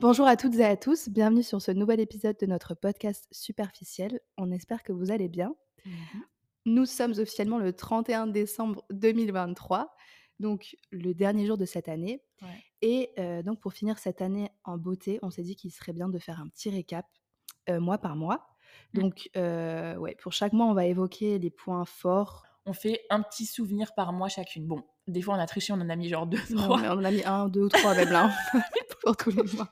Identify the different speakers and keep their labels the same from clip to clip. Speaker 1: Bonjour à toutes et à tous, bienvenue sur ce nouvel épisode de notre podcast Superficiel. On espère que vous allez bien.
Speaker 2: Mmh
Speaker 1: Nous sommes officiellement le 31 décembre 2023, donc le dernier jour de cette année.
Speaker 2: Ouais.
Speaker 1: Et euh, donc pour finir cette année en beauté, on s'est dit qu'il serait bien de faire un petit récap euh, mois par mois.
Speaker 2: Mhm.
Speaker 1: Donc euh, ouais, pour chaque mois, on va évoquer les points forts.
Speaker 2: On fait un petit souvenir par mois chacune. Bon, des fois on a triché, on en a mis genre deux,
Speaker 1: Non,
Speaker 2: trois.
Speaker 1: mais on en a mis un, deux ou trois même là, hein, pour tous les mois.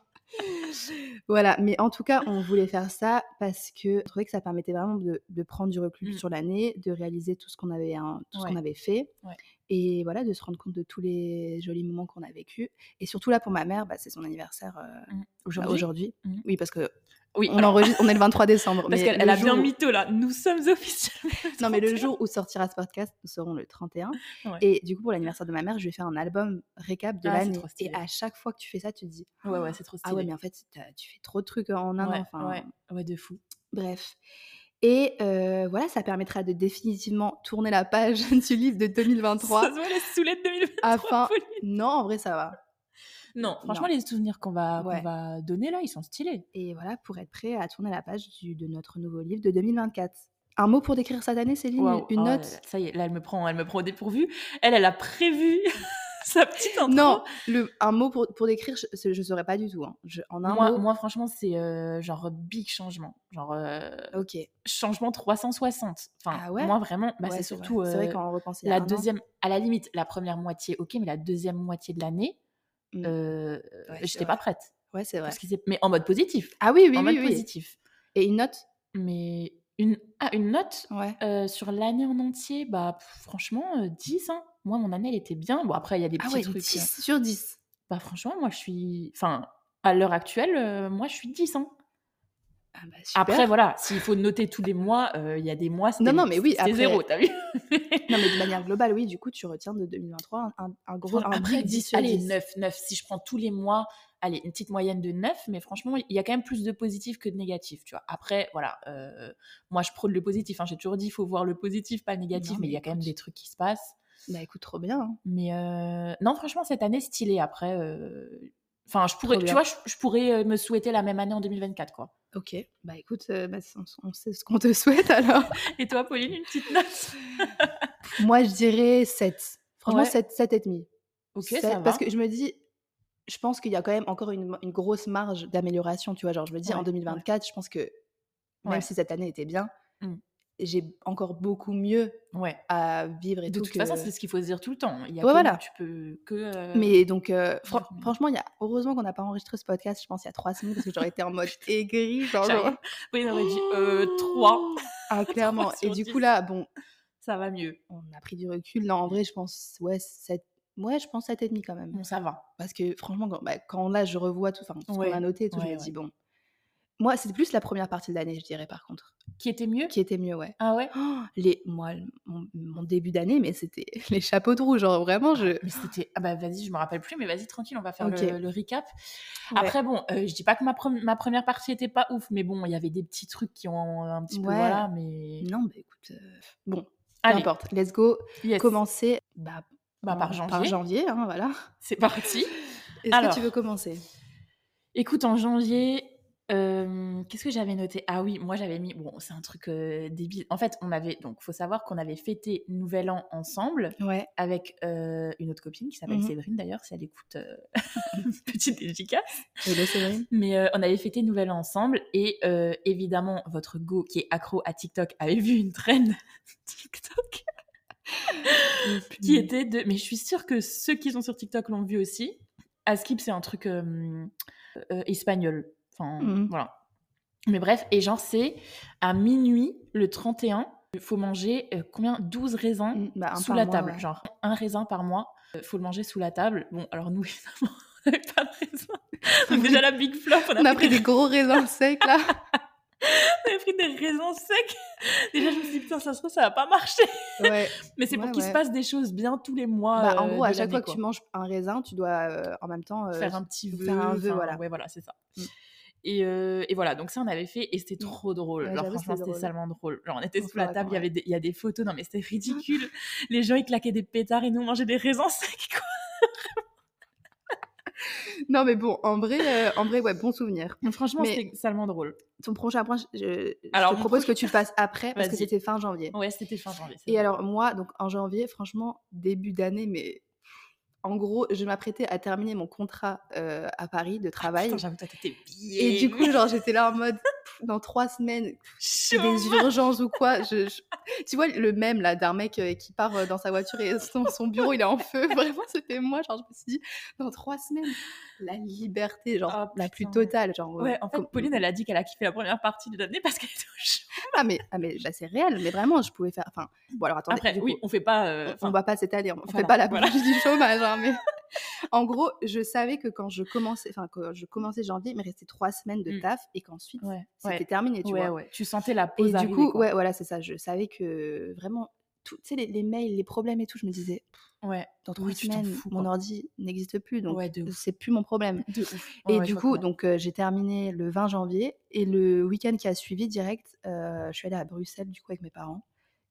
Speaker 1: Voilà, mais en tout cas, on voulait faire ça parce que on trouvait que ça permettait vraiment de, de prendre du recul
Speaker 2: Mm.
Speaker 1: sur l'année, de réaliser tout ce qu'on avait, hein, tout ce qu'on
Speaker 2: Ouais.
Speaker 1: avait fait,
Speaker 2: Ouais.
Speaker 1: et voilà, de se rendre compte de tous les jolis moments qu'on a vécu. Et surtout là, pour ma mère, bah, c'est son anniversaire euh,
Speaker 2: Mm.
Speaker 1: bah,
Speaker 2: Aujourd'hui,
Speaker 1: aujourd'hui.
Speaker 2: Mm.
Speaker 1: Oui, parce que
Speaker 2: oui.
Speaker 1: on enregistre, on est le 23 décembre.
Speaker 2: parce
Speaker 1: mais
Speaker 2: qu'elle
Speaker 1: le
Speaker 2: elle a
Speaker 1: jour
Speaker 2: bien
Speaker 1: où-
Speaker 2: mytho là. Nous sommes officiellement.
Speaker 1: Non, mais le
Speaker 2: 31.
Speaker 1: jour où sortira ce podcast, nous serons le 31.
Speaker 2: Ouais.
Speaker 1: Et du coup, pour l'anniversaire de ma mère, je vais faire un album récap de
Speaker 2: Ah, c'est
Speaker 1: l'année.
Speaker 2: trop stylé.
Speaker 1: Et à chaque fois que tu fais ça, tu te dis
Speaker 2: Ouais, ouais, c'est trop stylé.
Speaker 1: Ah ouais, mais en fait, t'as- tu fais trop de trucs en un an.
Speaker 2: ouais,
Speaker 1: Enfin,
Speaker 2: ouais, ouais, de fou.
Speaker 1: Bref. Et euh, voilà, ça permettra de définitivement tourner la page du livre de 2023.
Speaker 2: Ça se voit les soulettes 2023.
Speaker 1: Afin-
Speaker 2: folie.
Speaker 1: Non, en vrai, ça va.
Speaker 2: Non, franchement, les souvenirs qu'on va, qu'on
Speaker 1: Ouais.
Speaker 2: va donner là, ils sont stylés.
Speaker 1: Et voilà, pour être prêt à tourner la page du- de notre nouveau livre de 2024. Un mot pour décrire cette année, Céline
Speaker 2: Waouh.
Speaker 1: Une
Speaker 2: Oh là
Speaker 1: note
Speaker 2: là, ça y est, là, elle me prend, elle me prend au dépourvu. Elle, elle a prévu sa petite intro.
Speaker 1: Non, le, un mot pour, pour décrire, je ne saurais pas du tout. hein. Je- en un
Speaker 2: Moi,
Speaker 1: mot,
Speaker 2: moi, franchement, c'est euh, genre big changement. Genre, euh,
Speaker 1: ok.
Speaker 2: changement 360. Enfin,
Speaker 1: Ah ouais
Speaker 2: moi vraiment, bah,
Speaker 1: Ouais,
Speaker 2: c'est
Speaker 1: vrai.
Speaker 2: surtout
Speaker 1: C'est vrai
Speaker 2: euh,
Speaker 1: quand on repense il y a
Speaker 2: la
Speaker 1: un an.
Speaker 2: deuxième, à la limite, la première moitié, ok, mais la deuxième moitié de l'année,
Speaker 1: Mm.
Speaker 2: euh,
Speaker 1: Ouais, c'est
Speaker 2: j'étais pas prête.
Speaker 1: Ouais, c'est vrai.
Speaker 2: Parce que c'est- mais en mode positif.
Speaker 1: Ah oui, oui,
Speaker 2: en
Speaker 1: oui.
Speaker 2: mode
Speaker 1: oui.
Speaker 2: positif.
Speaker 1: Et une note
Speaker 2: Mais une, ah, une note
Speaker 1: Ouais.
Speaker 2: euh, sur l'année en entier, bah pff, franchement, euh, 10. hein. Moi, mon année, elle était bien. Bon, après, il y a des
Speaker 1: Ah
Speaker 2: petits
Speaker 1: ouais,
Speaker 2: trucs. euh,
Speaker 1: 10 sur 10.
Speaker 2: Bah franchement, moi, je suis. Enfin, à l'heure actuelle, euh, moi, je suis 10. hein.
Speaker 1: Ah bah, super.
Speaker 2: Après, voilà, s'il faut noter tous les mois, euh, il y a des mois, c'était
Speaker 1: Non, non, mais oui,
Speaker 2: c'était
Speaker 1: après-
Speaker 2: zéro, t'as vu
Speaker 1: Non, mais de manière globale, oui, du coup, tu retiens de 2023 un, un gros.
Speaker 2: Franchement,
Speaker 1: un
Speaker 2: après,
Speaker 1: big
Speaker 2: 10,
Speaker 1: 10 sur
Speaker 2: allez,
Speaker 1: 10.
Speaker 2: 9, 9. Si je prends tous les mois, allez, une petite moyenne de 9, mais franchement, il y a quand même plus de positif que de négatif, tu vois. Après, voilà, euh, moi, je prône le positif. hein, J'ai toujours dit, il faut voir le positif, pas le négatif,
Speaker 1: Non,
Speaker 2: mais il
Speaker 1: mais
Speaker 2: y a quand même
Speaker 1: écoute.
Speaker 2: des trucs qui se passent.
Speaker 1: Bah écoute, trop bien. hein.
Speaker 2: Mais euh, non, franchement, cette année, stylée. Après, euh, enfin, je pourrais,
Speaker 1: Trop
Speaker 2: tu
Speaker 1: bien.
Speaker 2: vois, je, je pourrais euh, me souhaiter la même année en 2024, quoi.
Speaker 1: Ok. Bah écoute, euh, bah, on, on sait ce qu'on te souhaite alors.
Speaker 2: Et toi, Pauline, une petite note
Speaker 1: Moi, je dirais 7. Franchement,
Speaker 2: Ouais.
Speaker 1: 7, 7 et demi.
Speaker 2: Ok,
Speaker 1: Sept,
Speaker 2: ça va.
Speaker 1: Parce que je me dis, je pense qu'il y a quand même encore une, une grosse marge d'amélioration. Tu vois, genre, je me dis,
Speaker 2: Ouais,
Speaker 1: en
Speaker 2: ouais.
Speaker 1: 2024, je pense que même
Speaker 2: Ouais.
Speaker 1: si cette année était bien,
Speaker 2: Mm.
Speaker 1: j'ai encore beaucoup mieux
Speaker 2: Ouais.
Speaker 1: à vivre et
Speaker 2: De
Speaker 1: tout.
Speaker 2: toute
Speaker 1: que-
Speaker 2: façon, c'est ce qu'il faut se dire tout le temps. Il y a
Speaker 1: Ouais,
Speaker 2: que-
Speaker 1: voilà.
Speaker 2: Tu peux que. euh,
Speaker 1: Mais donc, euh, fran-
Speaker 2: vivre mieux.
Speaker 1: franchement, il y a... heureusement qu'on n'a pas enregistré ce podcast, je pense, il y a trois semaines, parce que j'aurais été en mode aigrie. Genre,
Speaker 2: J'arrive.
Speaker 1: genre-
Speaker 2: Pauline aurait dit euh, 3.
Speaker 1: Ah, clairement.
Speaker 2: Trois
Speaker 1: Et
Speaker 2: sur
Speaker 1: du
Speaker 2: dix.
Speaker 1: coup, là, bon,
Speaker 2: Ça va mieux.
Speaker 1: on a pris du recul. Non, en vrai, je pense, ouais, 7... ouais je pense 7,5 quand même.
Speaker 2: Bon, ça va.
Speaker 1: Parce que franchement, quand, bah, quand là, je revois tout, enfin, tout ce
Speaker 2: Ouais,
Speaker 1: qu'on a noté et tout, je
Speaker 2: ouais,
Speaker 1: me dis, bon. Moi, c'est plus la première partie de l'année, je dirais, par contre,
Speaker 2: Qui était mieux
Speaker 1: qui était mieux, ouais.
Speaker 2: Ah ouais
Speaker 1: Oh, les... Moi, le- mon, mon début d'année, mais c'était les chapeaux de roue, genre vraiment, je.
Speaker 2: mais c'était. Ah bah vas-y, je me rappelle plus, mais vas-y, tranquille, on va faire
Speaker 1: Ok.
Speaker 2: le, le recap.
Speaker 1: Ouais.
Speaker 2: Après, bon, euh, je dis pas que ma, pre- ma première partie était pas ouf, mais bon, il y avait des petits trucs qui ont un petit peu.
Speaker 1: Ouais.
Speaker 2: Voilà, mais.
Speaker 1: Non, bah écoute, euh, bon, peu
Speaker 2: Allez,
Speaker 1: importe, let's go.
Speaker 2: yes.
Speaker 1: Commencer bah,
Speaker 2: Bah,
Speaker 1: en-
Speaker 2: par janvier.
Speaker 1: hein, voilà.
Speaker 2: C'est parti.
Speaker 1: Est-ce
Speaker 2: Alors.
Speaker 1: que tu veux commencer
Speaker 2: Écoute, en janvier, euh, qu'est-ce que j'avais noté Ah oui, moi j'avais mis. Bon, c'est un truc euh, débile. En fait, on avait. Donc, faut savoir qu'on avait fêté Nouvel An ensemble
Speaker 1: Ouais.
Speaker 2: avec euh, une autre copine qui s'appelle
Speaker 1: Mhm.
Speaker 2: Séverine d'ailleurs, si elle écoute. euh, petite dédicace.
Speaker 1: Hello Séverine.
Speaker 2: Mais euh, on avait fêté Nouvel An ensemble et euh, évidemment, votre go qui est accro à TikTok avait vu une traîne TikTok qui était de. Mais je suis sûre que ceux qui sont sur TikTok l'ont vu aussi. Askip, c'est un truc euh, euh, espagnol. Enfin,
Speaker 1: Mhm.
Speaker 2: voilà. Mais bref, et genre, c'est à minuit le 31, il faut manger euh, combien 12 raisins
Speaker 1: Mm, bah, un
Speaker 2: sous
Speaker 1: par
Speaker 2: la
Speaker 1: mois,
Speaker 2: table.
Speaker 1: ouais.
Speaker 2: Genre, un raisin par mois, il faut le manger sous la table. Bon, alors nous, évidemment, on n'avait pas de raisin. Donc, déjà, la big flop, on a,
Speaker 1: On a
Speaker 2: pris,
Speaker 1: pris des gros raisins secs là.
Speaker 2: on a pris des raisins secs. Déjà, je me suis dit, putain, ça se trouve, ça va pas marcher.
Speaker 1: Ouais.
Speaker 2: Mais c'est pour
Speaker 1: Ouais,
Speaker 2: qu'il se
Speaker 1: ouais.
Speaker 2: passe des choses bien tous les mois.
Speaker 1: Bah, en
Speaker 2: euh,
Speaker 1: gros, à
Speaker 2: de
Speaker 1: chaque fois
Speaker 2: l'année,
Speaker 1: que
Speaker 2: quoi.
Speaker 1: tu manges un raisin, tu dois euh, en même temps euh,
Speaker 2: faire un petit vœu.
Speaker 1: faire un vœu,
Speaker 2: enfin,
Speaker 1: voilà.
Speaker 2: Ouais, voilà, c'est ça.
Speaker 1: Mm.
Speaker 2: Et, euh, et voilà, donc ça, on avait fait et c'était
Speaker 1: Mm.
Speaker 2: trop drôle.
Speaker 1: Ouais,
Speaker 2: Genre,
Speaker 1: j'avoue,
Speaker 2: franchement,
Speaker 1: c'était
Speaker 2: c'était
Speaker 1: drôle.
Speaker 2: salement drôle. Genre, on était
Speaker 1: On
Speaker 2: sous la
Speaker 1: se
Speaker 2: table, il
Speaker 1: raconte,
Speaker 2: y avait des, il y a des photos. Non, mais c'était ridicule. Les gens, ils claquaient des pétards et nous, on mangeait des raisins secs, quoi.
Speaker 1: Non, mais bon, en vrai, euh, en vrai ouais, bon souvenir.
Speaker 2: Franchement,
Speaker 1: Mais-
Speaker 2: c'était salement drôle.
Speaker 1: Ton prochain point, je, je
Speaker 2: Alors,
Speaker 1: te
Speaker 2: mon
Speaker 1: propose que
Speaker 2: prochain-
Speaker 1: tu le fasses après parce que
Speaker 2: Vas-y.
Speaker 1: c'était fin janvier.
Speaker 2: Ouais, c'était fin janvier. c'est
Speaker 1: Et
Speaker 2: vrai.
Speaker 1: alors, moi, donc en janvier, franchement, début d'année, mais en gros, je m'apprêtais à terminer mon contrat euh, à Paris de travail.
Speaker 2: Ah, Putain, j'avoue, toi, t'étais bien.
Speaker 1: et du coup, genre, j'étais là en mode, pff, dans trois semaines, si
Speaker 2: Chaud.
Speaker 1: des urgences ou quoi. Je, je- Tu vois, le même là d'un mec euh, qui part euh, dans sa voiture et son, son bureau il est en feu. Vraiment, c'était moi. Genre, je me suis dit, dans trois semaines, la liberté, genre,
Speaker 2: Ah,
Speaker 1: la plus
Speaker 2: putain, ouais.
Speaker 1: totale. Genre, euh,
Speaker 2: Ouais, en fait,
Speaker 1: comme-
Speaker 2: Pauline, elle a dit qu'elle a kiffé la première partie de l'année parce qu'elle était au chaud.
Speaker 1: Ah, mais, ah, mais bah, c'est réel. Mais vraiment, je pouvais faire. Enfin, bon, alors attendez.
Speaker 2: Après,
Speaker 1: du coup,
Speaker 2: oui, on fait pas. euh,
Speaker 1: on- on
Speaker 2: enfin,
Speaker 1: va pas s'étaler. On fait
Speaker 2: voilà,
Speaker 1: pas la
Speaker 2: voilà.
Speaker 1: politique du chômage. hein, mais en gros, je savais que quand je commençais, enfin, quand je commençais janvier, il me restait trois semaines de
Speaker 2: Mm.
Speaker 1: taf et qu'ensuite,
Speaker 2: ouais,
Speaker 1: c'était
Speaker 2: ouais,
Speaker 1: terminé. Tu
Speaker 2: ouais,
Speaker 1: vois.
Speaker 2: ouais. Tu sentais la pause.
Speaker 1: Et du
Speaker 2: arriver,
Speaker 1: coup,
Speaker 2: quoi.
Speaker 1: ouais, voilà, c'est ça. Je savais que vraiment, tout- tu sais, les, les mails, les problèmes et tout, je me disais,
Speaker 2: ouais,
Speaker 1: dans trois
Speaker 2: Oui, tu t'en
Speaker 1: semaines,
Speaker 2: fous,
Speaker 1: mon
Speaker 2: quoi.
Speaker 1: ordi n'existe plus, donc
Speaker 2: ouais, de ouf.
Speaker 1: c'est plus mon problème.
Speaker 2: De ouf.
Speaker 1: et
Speaker 2: Ouais, ouais,
Speaker 1: du
Speaker 2: je
Speaker 1: coup,
Speaker 2: reconnais.
Speaker 1: donc euh, j'ai terminé le 20 janvier et le week-end qui a suivi direct, euh, je suis allée à Bruxelles du coup avec mes parents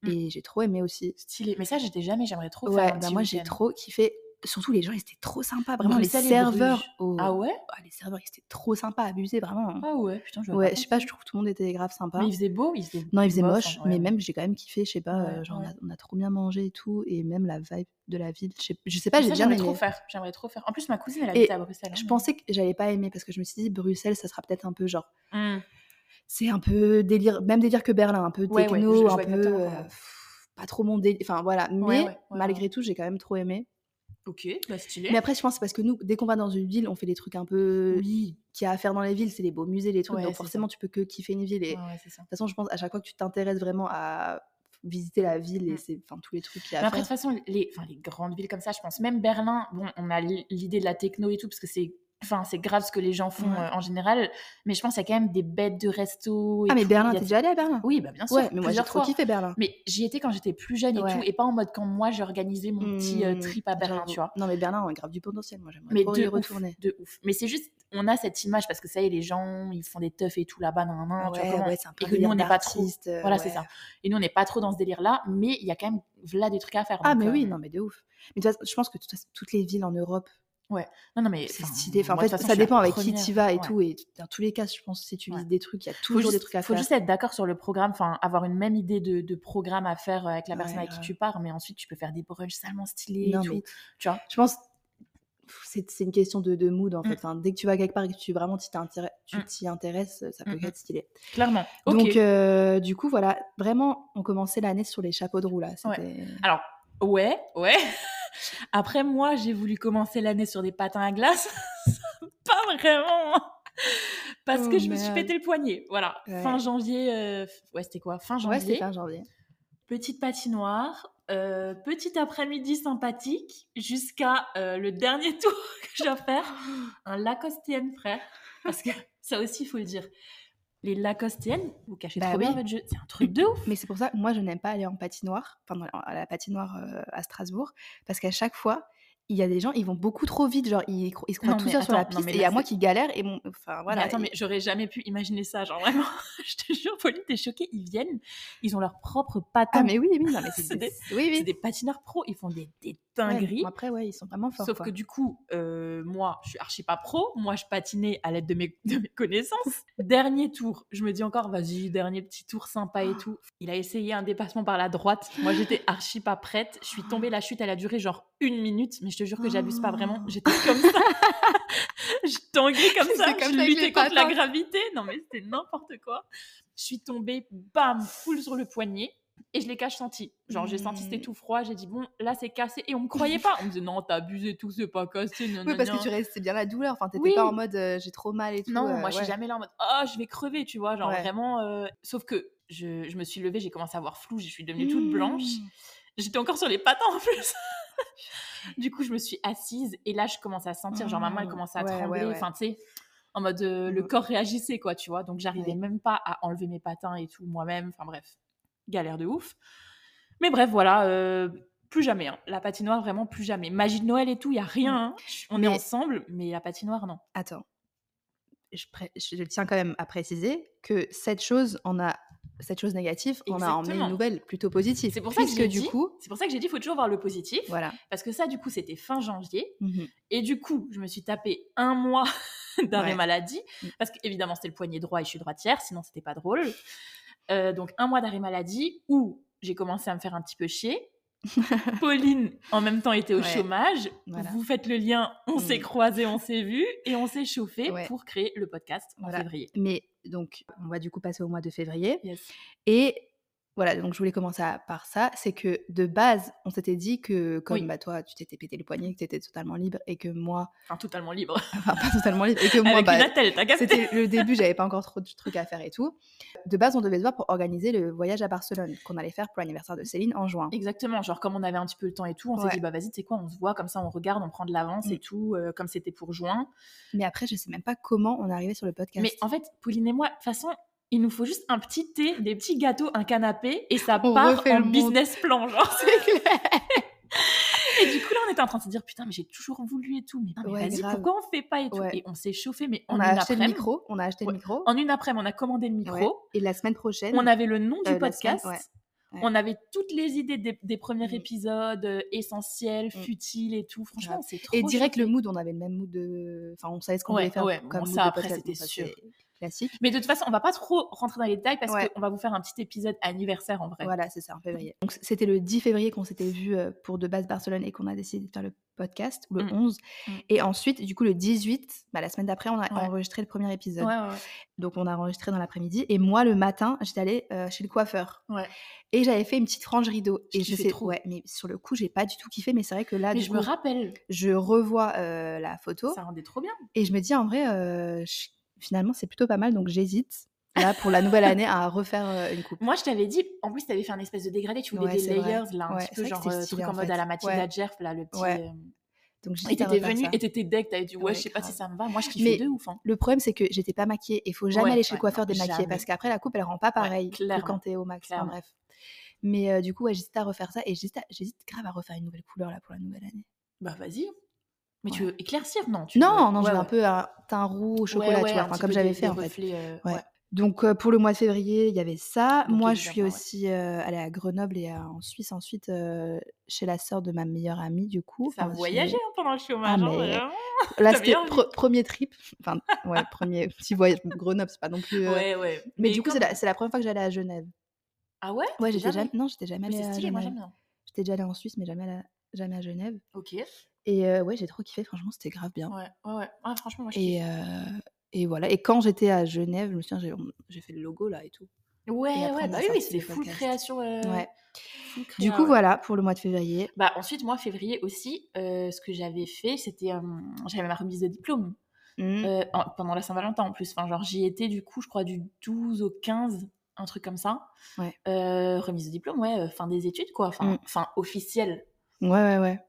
Speaker 2: Mm.
Speaker 1: et j'ai trop aimé aussi.
Speaker 2: stylé. Mais ça, j'étais jamais. J'aimerais trop
Speaker 1: Ouais,
Speaker 2: faire un
Speaker 1: bah
Speaker 2: petit
Speaker 1: moi j'ai
Speaker 2: week-end.
Speaker 1: trop kiffé. Surtout les gens, ils étaient trop sympas, vraiment
Speaker 2: Bruxelles
Speaker 1: les
Speaker 2: et
Speaker 1: serveurs.
Speaker 2: Bruges.
Speaker 1: au-
Speaker 2: Ah ouais
Speaker 1: Ah, les serveurs, ils étaient trop sympas, abusés vraiment. hein.
Speaker 2: Ah ouais, putain, je vois
Speaker 1: ouais,
Speaker 2: pas.
Speaker 1: je sais pas, je trouve que tout le monde était grave sympa.
Speaker 2: Mais il faisait beau, il faisait.
Speaker 1: Non, il faisait
Speaker 2: bof, en
Speaker 1: moche,
Speaker 2: vrai.
Speaker 1: mais même j'ai quand même kiffé, je sais pas,
Speaker 2: Ouais,
Speaker 1: euh, genre on, a,
Speaker 2: ouais.
Speaker 1: on a trop bien mangé et tout, et même la vibe de la ville, je sais, je sais pas,
Speaker 2: Ça,
Speaker 1: j'ai bien
Speaker 2: J'aimerais
Speaker 1: aimé.
Speaker 2: trop faire. J'aimerais trop faire. En plus, ma cousine, elle habite
Speaker 1: Et
Speaker 2: à Bruxelles. hein,
Speaker 1: Je
Speaker 2: mais-
Speaker 1: pensais que j'allais pas aimer parce que je me suis dit Bruxelles, ça sera peut-être un peu genre,
Speaker 2: Hmm.
Speaker 1: c'est un peu délire, même délire que Berlin, un peu
Speaker 2: Ouais, ouais,
Speaker 1: techno,
Speaker 2: je- je vois
Speaker 1: un
Speaker 2: exactement
Speaker 1: peu, euh,
Speaker 2: comment.
Speaker 1: pff, pas trop mon délire, enfin voilà, mais
Speaker 2: ouais, ouais, ouais.
Speaker 1: malgré tout, j'ai quand même trop aimé.
Speaker 2: Ok, bah stylé.
Speaker 1: Mais après, je pense que c'est parce que nous, dès qu'on va dans une ville, on fait des trucs un peu
Speaker 2: Oui.
Speaker 1: qu'il y a à faire dans les villes, c'est les beaux musées, les trucs,
Speaker 2: Ouais,
Speaker 1: donc
Speaker 2: c'est ça.
Speaker 1: forcément, tu peux que kiffer une ville. Et
Speaker 2: Ouais, ouais, c'est ça.
Speaker 1: de toute façon, je pense à chaque fois que tu t'intéresses vraiment à visiter la ville et
Speaker 2: Mm.
Speaker 1: c'est enfin tous les trucs qu'il y a
Speaker 2: Mais
Speaker 1: à
Speaker 2: après, de
Speaker 1: faire.
Speaker 2: toute façon, les, enfin, les grandes villes comme ça, je pense, même Berlin, bon, on a l- l'idée de la techno et tout, parce que c'est. Enfin, c'est grave ce que les gens font
Speaker 1: Ouais.
Speaker 2: euh, en général, mais je pense qu'il y a quand même des bêtes de resto. et
Speaker 1: Ah mais
Speaker 2: tout,
Speaker 1: Berlin,
Speaker 2: il y
Speaker 1: t'es
Speaker 2: a des-
Speaker 1: déjà allé à Berlin
Speaker 2: Oui, bah bien sûr.
Speaker 1: Ouais, mais moi j'ai
Speaker 2: plusieurs
Speaker 1: trop
Speaker 2: fois.
Speaker 1: kiffé Berlin.
Speaker 2: Mais j'y étais quand j'étais plus jeune et
Speaker 1: Ouais.
Speaker 2: tout, et pas en mode quand moi j'ai organisé mon petit euh,
Speaker 1: Hmm,
Speaker 2: trip à Berlin,
Speaker 1: j'avoue.
Speaker 2: tu vois.
Speaker 1: Non mais Berlin, on a grave du potentiel, moi j'aimerais
Speaker 2: Mais
Speaker 1: trop y
Speaker 2: de ouf,
Speaker 1: retourner.
Speaker 2: de ouf. Mais c'est juste, on a cette image parce que ça y est, les gens, ils font des teufs et tout là-bas, nan, nan, nan, tu vois comment-
Speaker 1: c'est un
Speaker 2: et que nous, on n'est pas trop.
Speaker 1: d'artiste, euh,
Speaker 2: Voilà, c'est
Speaker 1: ouais.
Speaker 2: ça. Et nous, on n'est pas trop dans ce délire-là, mais il y a quand même là des trucs à faire.
Speaker 1: Ah
Speaker 2: donc,
Speaker 1: mais
Speaker 2: euh,
Speaker 1: oui, non mais de ouf. Mais de toute façon, je pense que de toute façon, toutes les villes en Europe,
Speaker 2: Non, non, mais
Speaker 1: c'est
Speaker 2: enfin,
Speaker 1: stylé. Enfin, en
Speaker 2: moi,
Speaker 1: fait,
Speaker 2: de toute
Speaker 1: ça
Speaker 2: façon, je suis la
Speaker 1: dépend avec qui
Speaker 2: première.
Speaker 1: tu vas et
Speaker 2: Ouais.
Speaker 1: tout. Et dans tous les cas, je pense que si tu
Speaker 2: Ouais.
Speaker 1: visites des trucs, il y a
Speaker 2: Faut
Speaker 1: toujours
Speaker 2: juste,
Speaker 1: des trucs à
Speaker 2: faut
Speaker 1: faire.
Speaker 2: juste être d'accord sur le programme, enfin avoir une même idée de, de programme à faire euh, avec la
Speaker 1: Ouais,
Speaker 2: personne avec qui
Speaker 1: grave.
Speaker 2: tu pars, mais ensuite tu peux faire des brunchs salement stylés
Speaker 1: Non
Speaker 2: et tout.
Speaker 1: mais
Speaker 2: Tu vois
Speaker 1: je pense pff, c'est c'est une question de, de mood en
Speaker 2: Mm.
Speaker 1: fait. Enfin, dès que tu vas quelque part et que tu vraiment tu t'intéresses- tu
Speaker 2: Mm.
Speaker 1: t'y intéresses, ça peut
Speaker 2: Mm, mm.
Speaker 1: être stylé.
Speaker 2: Clairement. Ok.
Speaker 1: Donc, euh, du coup, voilà, vraiment, on commençait l'année sur les chapeaux de roue, là.
Speaker 2: Ouais.
Speaker 1: C'était-
Speaker 2: Alors, ouais, ouais. Après, moi, j'ai voulu commencer l'année sur des patins à glace. pas vraiment. hein. Parce
Speaker 1: Oh,
Speaker 2: que je me suis
Speaker 1: merde.
Speaker 2: pété le poignet. Voilà.
Speaker 1: Ouais.
Speaker 2: Fin janvier. euh, Ouais, c'était quoi Fin
Speaker 1: Ouais, c'était
Speaker 2: janvier.
Speaker 1: fin janvier.
Speaker 2: petite patinoire. euh, petit après-midi sympathique jusqu'à euh, le dernier tour que je dois faire, un Lacostienne frère, parce que ça aussi il faut le dire, les Lacostiennes, vous cachez
Speaker 1: Bah
Speaker 2: trop bien
Speaker 1: oui.
Speaker 2: votre jeu, c'est un truc de ouf.
Speaker 1: Mais c'est pour ça, moi, je n'aime pas aller en patinoire, enfin, dans la- à la patinoire euh, à Strasbourg, parce qu'à chaque fois, il y a des gens, ils vont beaucoup trop vite, genre, ils, cro- ils se croient
Speaker 2: Non,
Speaker 1: tout
Speaker 2: mais
Speaker 1: seuls sur la
Speaker 2: attends,
Speaker 1: piste,
Speaker 2: non, mais
Speaker 1: et il
Speaker 2: là,
Speaker 1: y a moi
Speaker 2: c'est-
Speaker 1: qui galère, et mon... Enfin, voilà.
Speaker 2: Mais attends,
Speaker 1: et-
Speaker 2: mais j'aurais jamais pu imaginer ça, genre vraiment, je te jure, Pauline, t'es choquée, ils viennent, ils ont leur propre patin.
Speaker 1: Ah, mais oui, oui, non, mais c'est
Speaker 2: C'est
Speaker 1: des...
Speaker 2: des-
Speaker 1: Oui, oui.
Speaker 2: C'est des patineurs pros, ils font des, des
Speaker 1: Ouais,
Speaker 2: dingueries.
Speaker 1: bon, après, ouais, ils sont vraiment forts,
Speaker 2: Sauf
Speaker 1: quoi.
Speaker 2: que du coup, euh, moi, je suis archi pas pro. Moi, je patinais à l'aide de mes, de mes connaissances. dernier tour, je me dis encore, vas-y, dernier petit tour sympa et tout. Il a essayé un dépassement par la droite. Moi, j'étais archi pas prête. Je suis tombée. La chute, elle a duré genre une minute. Mais je te jure que j'abuse pas
Speaker 1: Oh.
Speaker 2: vraiment. J'étais comme ça. je tanguais comme
Speaker 1: C'est
Speaker 2: ça.
Speaker 1: comme ça
Speaker 2: je
Speaker 1: avec les
Speaker 2: luttais contre la
Speaker 1: patins.
Speaker 2: gravité. Non, mais c'était n'importe quoi. Je suis tombée, bam, full sur le poignet. Et je l'ai cache senti. Genre, j'ai senti c'était
Speaker 1: Mm.
Speaker 2: tout froid. J'ai dit, bon, là, c'est cassé. Et on me croyait pas. On me disait, non, t'as abusé, tout, c'est pas cassé. Non,
Speaker 1: Oui,
Speaker 2: non,
Speaker 1: parce que
Speaker 2: non.
Speaker 1: tu restes, c'est bien la douleur, enfin, t'étais
Speaker 2: Oui.
Speaker 1: pas en mode, euh, j'ai trop mal et tout.
Speaker 2: Non,
Speaker 1: euh,
Speaker 2: moi, je
Speaker 1: ouais.
Speaker 2: suis jamais là en mode, oh, je vais crever, tu vois. Genre,
Speaker 1: Ouais.
Speaker 2: vraiment. euh, Sauf que je, je me suis levée, j'ai commencé à voir flou. Je suis devenue toute blanche.
Speaker 1: Mm.
Speaker 2: J'étais encore sur les patins en plus. du coup, je me suis assise. Et là, je commence à sentir, genre, ma main, elle
Speaker 1: Mm.
Speaker 2: commençait à
Speaker 1: Ouais, ouais,
Speaker 2: trembler.
Speaker 1: ouais.
Speaker 2: Enfin, tu sais. En mode euh, le
Speaker 1: Mm.
Speaker 2: corps réagissait quoi tu vois donc j'arrivais
Speaker 1: Ouais.
Speaker 2: même pas à enlever mes patins et tout moi-même enfin bref galère de ouf mais bref voilà euh, plus jamais hein. la patinoire vraiment plus jamais magie de Noël et tout il y a rien hein. on
Speaker 1: Mmh. Mais-
Speaker 2: est ensemble mais la patinoire non
Speaker 1: Attends, je, pré- je tiens quand même à préciser que cette chose en a cette chose négative, on a emmené
Speaker 2: Exactement.
Speaker 1: une nouvelle plutôt positive.
Speaker 2: C'est pour ça que
Speaker 1: puisque
Speaker 2: j'ai
Speaker 1: du
Speaker 2: dit-
Speaker 1: coup,
Speaker 2: C'est pour ça que j'ai dit, il faut toujours voir le positif.
Speaker 1: voilà.
Speaker 2: Parce que ça, du coup, c'était fin janvier.
Speaker 1: Mhm.
Speaker 2: Et du coup, je me suis tapé un mois d'arrêt
Speaker 1: Ouais.
Speaker 2: maladie.
Speaker 1: Mm.
Speaker 2: Parce qu'évidemment, c'était le poignet droit et je suis droitière, sinon c'était pas drôle. Euh, donc, un mois d'arrêt maladie où j'ai commencé à me faire un petit peu chier. Pauline, en même temps, était au
Speaker 1: Ouais.
Speaker 2: chômage.
Speaker 1: Voilà.
Speaker 2: Vous faites le lien, on
Speaker 1: Mm.
Speaker 2: s'est croisés, on s'est vus et on s'est chauffés
Speaker 1: Ouais.
Speaker 2: pour créer le podcast en
Speaker 1: Voilà.
Speaker 2: février.
Speaker 1: Mais donc, on va du coup passer au mois de février.
Speaker 2: Yes.
Speaker 1: Et voilà, donc je voulais commencer à- par ça. C'est que de base, on s'était dit que comme
Speaker 2: Oui.
Speaker 1: bah, toi, tu t'étais pété le poignet, que tu étais totalement libre et que moi,
Speaker 2: Enfin, totalement libre.
Speaker 1: enfin pas totalement libre, et que moi,
Speaker 2: Avec
Speaker 1: bah,
Speaker 2: une attelle, t'as capté
Speaker 1: c'était le début, j'avais pas encore trop de trucs à faire et tout. De base, on devait se voir pour organiser le voyage à Barcelone qu'on allait faire pour l'anniversaire de Céline en juin.
Speaker 2: Exactement, genre comme on avait un petit peu le temps et tout, on
Speaker 1: Ouais.
Speaker 2: s'est dit bah vas-y, tu sais quoi, on se voit comme ça, on regarde, on prend de l'avance
Speaker 1: Mm.
Speaker 2: et tout, euh, comme c'était pour juin.
Speaker 1: Mais après, je sais même pas comment on est arrivé sur le podcast.
Speaker 2: Mais en fait, Pauline et moi, de toute façon, il nous faut juste un petit thé, des petits gâteaux, un canapé et ça
Speaker 1: On
Speaker 2: part
Speaker 1: refait
Speaker 2: en
Speaker 1: le monde.
Speaker 2: business plan, genre.
Speaker 1: C'est clair.
Speaker 2: Et du coup là, on était en train de se dire putain, mais j'ai toujours voulu et tout, mais, non, mais
Speaker 1: Ouais,
Speaker 2: vas-y,
Speaker 1: grave.
Speaker 2: pourquoi on fait pas et tout
Speaker 1: Ouais.
Speaker 2: Et on s'est chauffé, mais en
Speaker 1: on
Speaker 2: une
Speaker 1: a acheté le
Speaker 2: après-midi.
Speaker 1: micro, on a acheté
Speaker 2: Ouais.
Speaker 1: le micro.
Speaker 2: En une après-midi, on a commandé le micro.
Speaker 1: Ouais. Et la semaine prochaine,
Speaker 2: On avait le nom du
Speaker 1: Euh, la semaine-
Speaker 2: podcast.
Speaker 1: ouais.
Speaker 2: On avait toutes les idées des, des premiers
Speaker 1: Mm.
Speaker 2: épisodes euh, essentiels,
Speaker 1: Mm.
Speaker 2: futiles et tout. Franchement,
Speaker 1: Grave.
Speaker 2: c'est trop.
Speaker 1: et direct
Speaker 2: chouette.
Speaker 1: le mood, on avait le même mood de, enfin, on savait ce qu'on
Speaker 2: Ouais,
Speaker 1: voulait faire
Speaker 2: ouais,
Speaker 1: comme
Speaker 2: bon,
Speaker 1: mood
Speaker 2: ça,
Speaker 1: de
Speaker 2: après,
Speaker 1: podcast,
Speaker 2: c'était
Speaker 1: donc ça,
Speaker 2: sûr.
Speaker 1: c'est Classique.
Speaker 2: Mais de toute façon, on va pas trop rentrer dans les détails parce
Speaker 1: Ouais.
Speaker 2: qu'on va vous faire un petit épisode anniversaire en vrai.
Speaker 1: Voilà, c'est ça, en février. Donc, c'était le 10 février qu'on s'était vu euh, pour de base Barcelone et qu'on a décidé de faire le podcast, ou le
Speaker 2: Mm.
Speaker 1: 11.
Speaker 2: Mm.
Speaker 1: Et ensuite, du coup, le 18, bah, la semaine d'après, on a
Speaker 2: Ouais.
Speaker 1: enregistré le premier épisode.
Speaker 2: Ouais, ouais, ouais.
Speaker 1: Donc, on a enregistré dans l'après-midi. Et moi, le matin, j'étais allée euh, chez le coiffeur.
Speaker 2: Ouais.
Speaker 1: Et j'avais fait une petite frange rideau.
Speaker 2: Je
Speaker 1: et je
Speaker 2: kiffais
Speaker 1: sais,
Speaker 2: trop.
Speaker 1: ouais, mais sur le coup, j'ai pas du tout kiffé. Mais c'est vrai que là, Ah,
Speaker 2: Mais
Speaker 1: du
Speaker 2: je
Speaker 1: coup,
Speaker 2: me rappelle,
Speaker 1: je revois euh, la photo.
Speaker 2: ça rendait trop bien.
Speaker 1: Et je me dis, en vrai, euh, je- finalement, c'est plutôt pas mal, donc j'hésite, là, pour la nouvelle année, à refaire euh, une coupe.
Speaker 2: Moi, je t'avais dit, en plus, t'avais fait un espèce de dégradé, tu voulais
Speaker 1: Ouais,
Speaker 2: des
Speaker 1: c'est vrai.
Speaker 2: layers là, un
Speaker 1: Ouais,
Speaker 2: petit peu
Speaker 1: c'est vrai que
Speaker 2: genre
Speaker 1: c'était
Speaker 2: euh,
Speaker 1: stylé,
Speaker 2: truc en
Speaker 1: en
Speaker 2: mode
Speaker 1: fait.
Speaker 2: à la Matilda
Speaker 1: Ouais.
Speaker 2: Jerf, là, le petit.
Speaker 1: Ouais.
Speaker 2: euh,
Speaker 1: Donc j'hésite
Speaker 2: Et
Speaker 1: à
Speaker 2: t'étais
Speaker 1: refaire
Speaker 2: venue,
Speaker 1: ça.
Speaker 2: et t'étais deg, t'avais dit, ouais,
Speaker 1: Ouais,
Speaker 2: je sais pas
Speaker 1: grave.
Speaker 2: si ça me va. Moi, je kiffe
Speaker 1: Mais
Speaker 2: de ouf. hein.
Speaker 1: Le problème, c'est que j'étais pas maquillée. Il faut jamais
Speaker 2: Ouais,
Speaker 1: aller chez le
Speaker 2: ouais,
Speaker 1: coiffeur
Speaker 2: non,
Speaker 1: démaquillée
Speaker 2: jamais.
Speaker 1: parce qu'après, la coupe, elle rend pas pareil que
Speaker 2: clairement,
Speaker 1: quand t'es au max. Enfin,
Speaker 2: clairement.
Speaker 1: bref. Mais euh, du coup, ouais, j'hésite à refaire ça et j'hésite à- j'hésite grave à refaire une nouvelle couleur là pour la nouvelle année.
Speaker 2: Bah, vas-y. Mais tu veux éclaircir Non, tu
Speaker 1: non,
Speaker 2: veux-
Speaker 1: non, je
Speaker 2: ouais,
Speaker 1: veux un
Speaker 2: ouais.
Speaker 1: peu un teint roux au chocolat,
Speaker 2: Ouais, ouais,
Speaker 1: tu vois,
Speaker 2: un
Speaker 1: enfin,
Speaker 2: petit
Speaker 1: comme
Speaker 2: peu
Speaker 1: j'avais
Speaker 2: des-
Speaker 1: fait
Speaker 2: des
Speaker 1: en fait.
Speaker 2: reflets, euh,
Speaker 1: Ouais.
Speaker 2: ouais.
Speaker 1: Donc euh, pour le mois de février, il y avait ça.
Speaker 2: Donc,
Speaker 1: Moi, je suis
Speaker 2: évidemment, ouais.
Speaker 1: aussi euh, allée à Grenoble et à- en Suisse ensuite euh, chez la sœur de ma meilleure amie du coup.
Speaker 2: Ça
Speaker 1: Enfin, chez-
Speaker 2: voyageait hein, pendant le chômage,
Speaker 1: Ah,
Speaker 2: hein,
Speaker 1: mais-
Speaker 2: vraiment.
Speaker 1: Là,
Speaker 2: T'as
Speaker 1: c'était
Speaker 2: bien
Speaker 1: pre- premier trip. Enfin, ouais, premier petit voyage. Grenoble, c'est pas non plus. euh,
Speaker 2: Ouais, ouais.
Speaker 1: Mais, du coup,
Speaker 2: comme-
Speaker 1: c'est la, c'est la première fois que j'allais à Genève.
Speaker 2: Ah ouais
Speaker 1: Ouais,
Speaker 2: T'es
Speaker 1: j'étais
Speaker 2: jamais-
Speaker 1: jamais. Non, j'étais jamais
Speaker 2: Mais
Speaker 1: allée
Speaker 2: c'est
Speaker 1: à
Speaker 2: stylé, moi,
Speaker 1: Genève.
Speaker 2: j'aime bien.
Speaker 1: J'étais déjà allée en Suisse, mais jamais à, la- jamais à Genève.
Speaker 2: Ok. Ouais,
Speaker 1: Et euh, ouais, j'ai trop kiffé. Franchement, c'était grave bien.
Speaker 2: ouais, ouais. Ah, franchement, moi, je kiffe.
Speaker 1: Et, euh, et voilà. Et quand j'étais à Genève, je me souviens, j'ai- j'ai fait le logo là et tout. et
Speaker 2: Ouais,
Speaker 1: après,
Speaker 2: ouais,
Speaker 1: on
Speaker 2: bah
Speaker 1: a
Speaker 2: oui, oui,
Speaker 1: sorti
Speaker 2: c'est
Speaker 1: le
Speaker 2: full
Speaker 1: podcast.
Speaker 2: création. euh,
Speaker 1: Ouais.
Speaker 2: full
Speaker 1: Du
Speaker 2: créa,
Speaker 1: coup,
Speaker 2: ouais.
Speaker 1: voilà pour le mois de février.
Speaker 2: Bah, ensuite, moi, février aussi, euh, ce que j'avais fait, c'était. euh, j'avais ma remise de diplôme
Speaker 1: Mm.
Speaker 2: euh, en- pendant la Saint-Valentin en plus. Enfin, genre, j'y étais du coup, je crois, du 12 au 15, un truc comme ça.
Speaker 1: Ouais.
Speaker 2: Euh, remise de diplôme, ouais, euh, fin des études, quoi. Enfin,
Speaker 1: Mm.
Speaker 2: fin officielle.
Speaker 1: Ouais, ouais, ouais.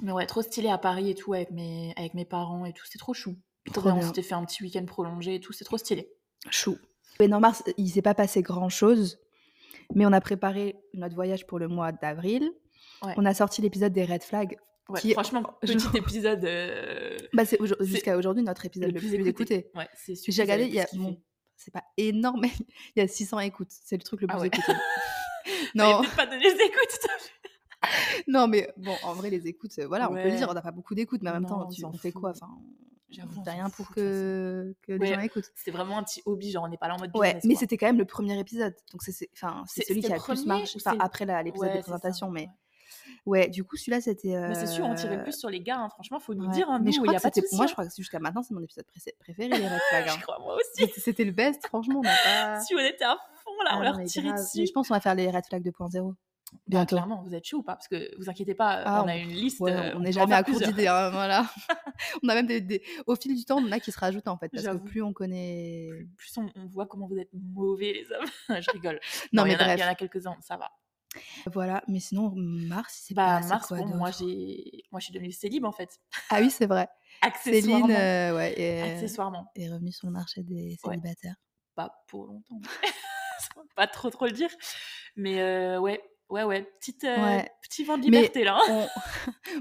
Speaker 2: Mais ouais, trop stylé à Paris et tout, avec mes, avec mes parents et tout. C'était trop chou. Trop,
Speaker 1: Trop
Speaker 2: bien, on
Speaker 1: bien.
Speaker 2: s'était fait un petit week-end prolongé et tout. C'est trop stylé.
Speaker 1: Chou. Mais non, mars, euh, il s'est pas passé grand chose. Mais on a préparé notre voyage pour le mois d'avril.
Speaker 2: Ouais.
Speaker 1: On a sorti l'épisode des red flags.
Speaker 2: Ouais,
Speaker 1: Qui-
Speaker 2: franchement,
Speaker 1: je-
Speaker 2: petit épisode. euh,
Speaker 1: Bah, c'est aujourd-
Speaker 2: C'est
Speaker 1: jusqu'à aujourd'hui notre épisode le, plus, écouté.
Speaker 2: Ouais, c'est sûr.
Speaker 1: J'ai
Speaker 2: vous avez
Speaker 1: regardé, il y a.
Speaker 2: tous kiffé.
Speaker 1: bon, c'est pas énorme, mais il y a 600 écoutes. C'est le truc le
Speaker 2: Ah
Speaker 1: plus
Speaker 2: ouais.
Speaker 1: écouté.
Speaker 2: Fallait
Speaker 1: non,
Speaker 2: peut-être pas donner les écoutes.
Speaker 1: non, mais bon, en vrai, les écoutes, euh, voilà, on peut le
Speaker 2: Ouais.
Speaker 1: dire, on n'a pas beaucoup d'écoutes, mais en même
Speaker 2: Non,
Speaker 1: temps,
Speaker 2: on
Speaker 1: tu,
Speaker 2: s'en
Speaker 1: on fait
Speaker 2: fout.
Speaker 1: quoi Enfin,
Speaker 2: J'avoue,
Speaker 1: on
Speaker 2: on
Speaker 1: fait
Speaker 2: s'en
Speaker 1: rien
Speaker 2: fout, de
Speaker 1: pour
Speaker 2: toute
Speaker 1: que, que les
Speaker 2: Ouais.
Speaker 1: gens écoutent.
Speaker 2: C'était vraiment un petit hobby, genre on n'est pas là en mode.
Speaker 1: Ouais,
Speaker 2: business,
Speaker 1: mais
Speaker 2: quoi.
Speaker 1: c'était quand même le premier épisode. Donc, c'est- c'est enfin, c'est
Speaker 2: C'est-
Speaker 1: celui
Speaker 2: c'était
Speaker 1: qui a
Speaker 2: le
Speaker 1: le plus
Speaker 2: premier
Speaker 1: marché.
Speaker 2: ou
Speaker 1: Enfin,
Speaker 2: c'est-
Speaker 1: après la- l'épisode
Speaker 2: Ouais,
Speaker 1: des
Speaker 2: c'est ça,
Speaker 1: présentations, mais
Speaker 2: ouais.
Speaker 1: ouais, du coup, celui-là, c'était.
Speaker 2: Mais c'est sûr, on tirait
Speaker 1: euh,
Speaker 2: le plus sur les gars, hein. franchement, faut nous
Speaker 1: ouais.
Speaker 2: dire. Hein,
Speaker 1: mais je
Speaker 2: nous,
Speaker 1: crois
Speaker 2: y a
Speaker 1: que
Speaker 2: pas de
Speaker 1: c'était.
Speaker 2: souci,
Speaker 1: Moi,
Speaker 2: hein.
Speaker 1: je crois que jusqu'à maintenant, c'est mon épisode pré- préféré, les red flags. hein.
Speaker 2: Je crois, moi aussi.
Speaker 1: C'était- C'était le best, franchement, on n'a pas.
Speaker 2: Si on était à fond là,
Speaker 1: Ah
Speaker 2: on
Speaker 1: non,
Speaker 2: leur
Speaker 1: mais
Speaker 2: tirait
Speaker 1: grave.
Speaker 2: dessus.
Speaker 1: Mais je pense qu'on va faire les red flags 2.0.
Speaker 2: Bah,
Speaker 1: Bientôt.
Speaker 2: clairement, vous êtes chaud ou pas Parce que vous inquiétez pas, euh,
Speaker 1: Ah,
Speaker 2: on a une liste.
Speaker 1: Ouais,
Speaker 2: euh,
Speaker 1: on n'est
Speaker 2: peut en
Speaker 1: jamais
Speaker 2: faire
Speaker 1: à court
Speaker 2: plusieurs.
Speaker 1: d'idées, hein, voilà. on a même des, des- Au fil du temps, on en a qui se rajoutent en fait, parce que
Speaker 2: J'avoue.
Speaker 1: plus on connaît.
Speaker 2: Plus on, on voit comment vous êtes mauvais, les hommes. je rigole.
Speaker 1: Non,
Speaker 2: il y
Speaker 1: mais
Speaker 2: en a-
Speaker 1: bref,
Speaker 2: il y en a quelques-uns, ça va.
Speaker 1: voilà. Mais sinon, mars, c'est
Speaker 2: Bah,
Speaker 1: pas c'est
Speaker 2: mars,
Speaker 1: quoi
Speaker 2: bon, moi,
Speaker 1: d'autre
Speaker 2: j'ai... moi, je suis devenue célib, en fait.
Speaker 1: Ah oui, c'est vrai.
Speaker 2: Accessoirement.
Speaker 1: Céline, euh, ouais, est,
Speaker 2: Accessoirement.
Speaker 1: est revenue sur le marché des
Speaker 2: Ouais.
Speaker 1: célibataires.
Speaker 2: Pas pour longtemps. Ça va pas trop, trop le dire. Mais euh, ouais, ouais, ouais, petite, euh, petit vent de liberté là. hein.
Speaker 1: On...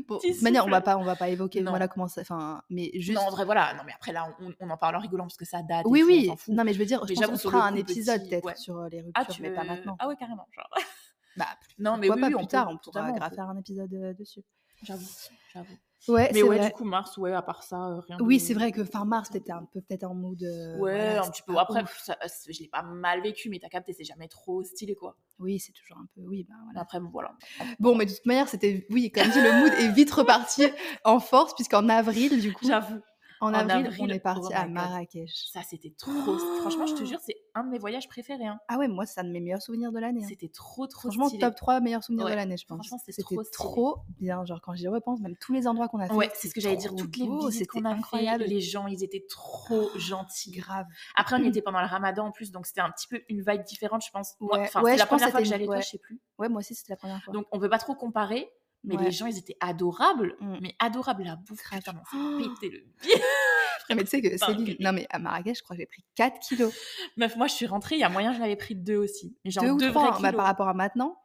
Speaker 1: bon,
Speaker 2: Petit
Speaker 1: de manière, on va
Speaker 2: souffle.
Speaker 1: pas, on va pas évoquer.
Speaker 2: Non.
Speaker 1: Voilà comment ça. Enfin, mais juste.
Speaker 2: Non, en vrai, voilà. Non, mais après, là, on, on en parle en rigolant parce que ça date. et
Speaker 1: oui,
Speaker 2: tout, on
Speaker 1: oui.
Speaker 2: s'en fout.
Speaker 1: Non, mais je veux dire,
Speaker 2: Mais
Speaker 1: je pense
Speaker 2: j'avoue,
Speaker 1: qu'on
Speaker 2: sur
Speaker 1: fera
Speaker 2: le
Speaker 1: un
Speaker 2: coup,
Speaker 1: épisode
Speaker 2: petit-
Speaker 1: peut-être
Speaker 2: ouais.
Speaker 1: sur euh, les ruptures,
Speaker 2: Ah, tu
Speaker 1: mais
Speaker 2: veux-
Speaker 1: pas maintenant.
Speaker 2: Ah ouais, carrément. Genre.
Speaker 1: Bah,
Speaker 2: non, mais
Speaker 1: Pourquoi
Speaker 2: oui,
Speaker 1: pas plus
Speaker 2: oui, on
Speaker 1: tard,
Speaker 2: peut-
Speaker 1: on pourra
Speaker 2: totalement, on
Speaker 1: grave
Speaker 2: peut.
Speaker 1: faire un épisode euh, dessus.
Speaker 2: J'avoue, j'avoue.
Speaker 1: Ouais,
Speaker 2: Mais
Speaker 1: c'est
Speaker 2: ouais,
Speaker 1: vrai.
Speaker 2: du coup, mars, ouais, à part ça, euh, rien.
Speaker 1: Oui,
Speaker 2: de-
Speaker 1: c'est vrai que fin mars, t'étais un peu peut-être en mode. euh,
Speaker 2: Ouais,
Speaker 1: voilà,
Speaker 2: un
Speaker 1: c'est
Speaker 2: petit peu.
Speaker 1: pas
Speaker 2: Après,
Speaker 1: ouf.
Speaker 2: ça- euh, c'est- je l'ai pas mal vécu, mais t'as capté, c'est jamais trop stylé, quoi.
Speaker 1: Oui, c'est toujours un peu. Oui, bah voilà.
Speaker 2: Après, bon, voilà.
Speaker 1: Bon, mais de toute manière, c'était. Oui, comme dit, le mood est vite reparti en force, puisqu'en avril, du coup.
Speaker 2: J'avoue.
Speaker 1: En
Speaker 2: en
Speaker 1: avril, on
Speaker 2: avril,
Speaker 1: est parti
Speaker 2: oh
Speaker 1: à
Speaker 2: my God.
Speaker 1: Marrakech.
Speaker 2: Ça, c'était trop. Franchement,
Speaker 1: Oh.
Speaker 2: je te jure, c'est un de mes voyages préférés. hein.
Speaker 1: Ah ouais, moi, c'est un de mes meilleurs souvenirs de l'année. hein.
Speaker 2: C'était trop, trop
Speaker 1: Franchement,
Speaker 2: stylé.
Speaker 1: top 3 meilleurs souvenirs de
Speaker 2: Ouais,
Speaker 1: l'année, je pense.
Speaker 2: franchement, c'est
Speaker 1: C'était
Speaker 2: trop stylé.
Speaker 1: trop bien. Genre, quand j'y repense, même tous les endroits qu'on a fait.
Speaker 2: Ouais, c'est ce que j'allais dire.
Speaker 1: trop
Speaker 2: Toutes les
Speaker 1: beau,
Speaker 2: visites
Speaker 1: c'était
Speaker 2: qu'on a
Speaker 1: incroyable. Oh,
Speaker 2: incroyable. les gens, ils étaient trop gentils.
Speaker 1: Grave.
Speaker 2: Après, on y était pendant le ramadan en plus, donc c'était un petit peu une vibe différente, je pense. Moi,
Speaker 1: Ouais,
Speaker 2: enfin,
Speaker 1: ouais,
Speaker 2: c'est la
Speaker 1: je pense
Speaker 2: première
Speaker 1: que
Speaker 2: fois que
Speaker 1: c'était-
Speaker 2: j'allais, toi,
Speaker 1: ouais.
Speaker 2: je sais plus.
Speaker 1: Ouais, moi aussi, c'était la première fois.
Speaker 2: Donc, on peut pas trop comparer, mais
Speaker 1: Ouais.
Speaker 2: les gens, ils étaient adorables,
Speaker 1: Mm.
Speaker 2: mais adorables. La bouffe,
Speaker 1: Grave.
Speaker 2: putain, on s'est
Speaker 1: Oh.
Speaker 2: pété le pied.
Speaker 1: Non, mais tu sais que
Speaker 2: Enfin,
Speaker 1: Céline.
Speaker 2: ok.
Speaker 1: Non, mais à Marrakech, je crois que j'ai pris 4 kilos.
Speaker 2: Meuf, moi, je suis rentrée, il y a moyen, je l'avais pris deux aussi. Mais genre
Speaker 1: deux
Speaker 2: deux,
Speaker 1: ou trois
Speaker 2: vrais
Speaker 1: hein, bah,
Speaker 2: kilos.
Speaker 1: par rapport à maintenant.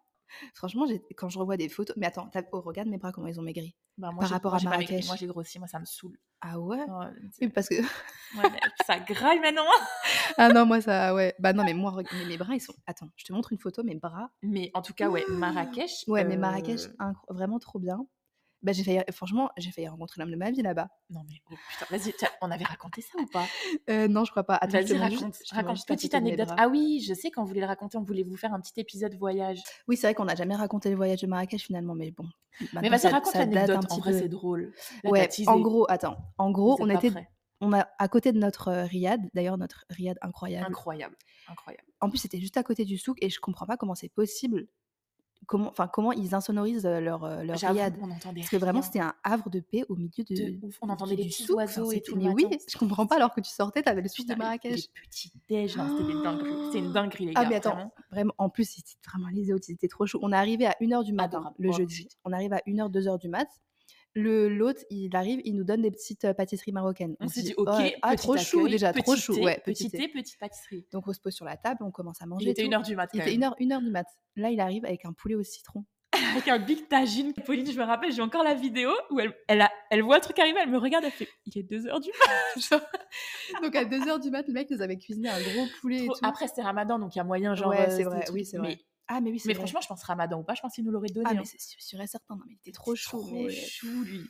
Speaker 1: Franchement, j'ai- quand je revois des photos. Mais attends, t'as- oh, regarde mes bras, comment ils ont maigri.
Speaker 2: Bah, moi,
Speaker 1: par
Speaker 2: j'ai-
Speaker 1: rapport
Speaker 2: moi,
Speaker 1: à
Speaker 2: j'ai pas maigri,
Speaker 1: Marrakech.
Speaker 2: Moi, j'ai grossi, moi, ça me saoule.
Speaker 1: Ah ouais
Speaker 2: Oh,
Speaker 1: Oui, parce que.
Speaker 2: ouais, mais ça graille maintenant.
Speaker 1: Ah non, moi, ça. Ouais. Bah non, mais moi, reg- mais mes bras, ils sont. Attends, je te montre une photo, mes bras.
Speaker 2: Mais en tout cas, ouais, Marrakech.
Speaker 1: Ouais, mais
Speaker 2: euh,
Speaker 1: Marrakech, incro- vraiment trop bien. Bah, j'ai failli... Franchement, j'ai failli rencontrer l'homme de ma vie là-bas.
Speaker 2: Non, mais oh, putain, vas-y, tiens, on avait raconté ça ou pas
Speaker 1: Euh, non, je crois pas. Attends, je te
Speaker 2: Vas-y,
Speaker 1: montre juste-
Speaker 2: raconte,
Speaker 1: je te montre
Speaker 2: raconte
Speaker 1: juste la
Speaker 2: petite
Speaker 1: photo de mes
Speaker 2: anecdote.
Speaker 1: bras.
Speaker 2: Ah oui, je sais qu'on voulait le raconter, on voulait vous faire un petit épisode voyage.
Speaker 1: Oui, c'est vrai qu'on n'a jamais raconté le voyage de Marrakech finalement, mais bon.
Speaker 2: Ah Mais
Speaker 1: maintenant,
Speaker 2: vas-y,
Speaker 1: Bah, ça-
Speaker 2: raconte
Speaker 1: ça date
Speaker 2: l'anecdote,
Speaker 1: un
Speaker 2: en
Speaker 1: petit
Speaker 2: vrai,
Speaker 1: peu.
Speaker 2: c'est drôle. Là,
Speaker 1: Ouais,
Speaker 2: t'as teasé.
Speaker 1: en gros, attends. En gros,
Speaker 2: Vous
Speaker 1: on
Speaker 2: êtes pas
Speaker 1: était
Speaker 2: prêts.
Speaker 1: on a, à côté de notre euh, riad, d'ailleurs notre riad incroyable.
Speaker 2: Incroyable, incroyable.
Speaker 1: en plus, c'était juste à côté du souk et je comprends pas comment c'est possible. Comment, enfin, comment ils insonorisent euh, leur, euh, leur
Speaker 2: J'avoue,
Speaker 1: riad.
Speaker 2: on entendait
Speaker 1: Parce que vraiment,
Speaker 2: rien
Speaker 1: c'était un havre de paix au milieu de.
Speaker 2: de ouf. On entendait
Speaker 1: du-
Speaker 2: les
Speaker 1: du
Speaker 2: petits
Speaker 1: souk, enfin,
Speaker 2: oiseaux et
Speaker 1: c'était-
Speaker 2: tout. le
Speaker 1: Mais oui,
Speaker 2: matin,
Speaker 1: je comprends pas. Alors que tu sortais, t'avais le souk de
Speaker 2: Putain, les- Les
Speaker 1: Marrakech.
Speaker 2: petits déj, non, c'était des dingueries. C'est une dinguerie, les gars.
Speaker 1: Ah, mais attends,
Speaker 2: vraiment.
Speaker 1: vraiment. En plus, ils étaient vraiment les autres, ils étaient trop chauds. On est arrivé à 1h du matin
Speaker 2: Adorable.
Speaker 1: le
Speaker 2: Oh,
Speaker 1: jeudi.
Speaker 2: shit.
Speaker 1: On arrive à 1h, 2h du mat. Le- L'hôte, il arrive, il nous donne des petites euh, pâtisseries marocaines.
Speaker 2: On
Speaker 1: se
Speaker 2: s'est dit,
Speaker 1: dit,
Speaker 2: ok,
Speaker 1: oh, ah,
Speaker 2: petit
Speaker 1: trop chaud
Speaker 2: accueil,
Speaker 1: déjà, trop
Speaker 2: petit
Speaker 1: chaud.
Speaker 2: thé,
Speaker 1: Ouais,
Speaker 2: petit
Speaker 1: thé.
Speaker 2: thé, petite pâtisserie.
Speaker 1: Donc on se pose sur la table, on commence à manger.
Speaker 2: Il
Speaker 1: et
Speaker 2: était
Speaker 1: tout.
Speaker 2: 1h du matin.
Speaker 1: Il était 1h, 1h du mat. Là, il arrive avec un poulet au citron.
Speaker 2: avec un big tagine. Pauline, je me rappelle, j'ai encore la vidéo où elle, elle, a- elle voit le truc arriver, elle me regarde, elle fait Il est 2h du matin.
Speaker 1: Donc à 2h du mat, le mec nous avait cuisiné un gros poulet et tout.
Speaker 2: Après, c'était Ramadan, donc il y a moyen, genre.
Speaker 1: Ouais,
Speaker 2: euh,
Speaker 1: c'est
Speaker 2: c'était
Speaker 1: vrai,
Speaker 2: le truc.
Speaker 1: oui, c'est
Speaker 2: Mais,
Speaker 1: vrai. ah, mais oui, c'est
Speaker 2: mais
Speaker 1: vrai.
Speaker 2: franchement, je pense Ramadan ou pas, je pense qu'il nous l'aurait donné.
Speaker 1: Ah,
Speaker 2: hein.
Speaker 1: mais c'est sûr- sûr et certain. Non, mais il était trop chaud.
Speaker 2: Trop
Speaker 1: mais-
Speaker 2: chou, lui.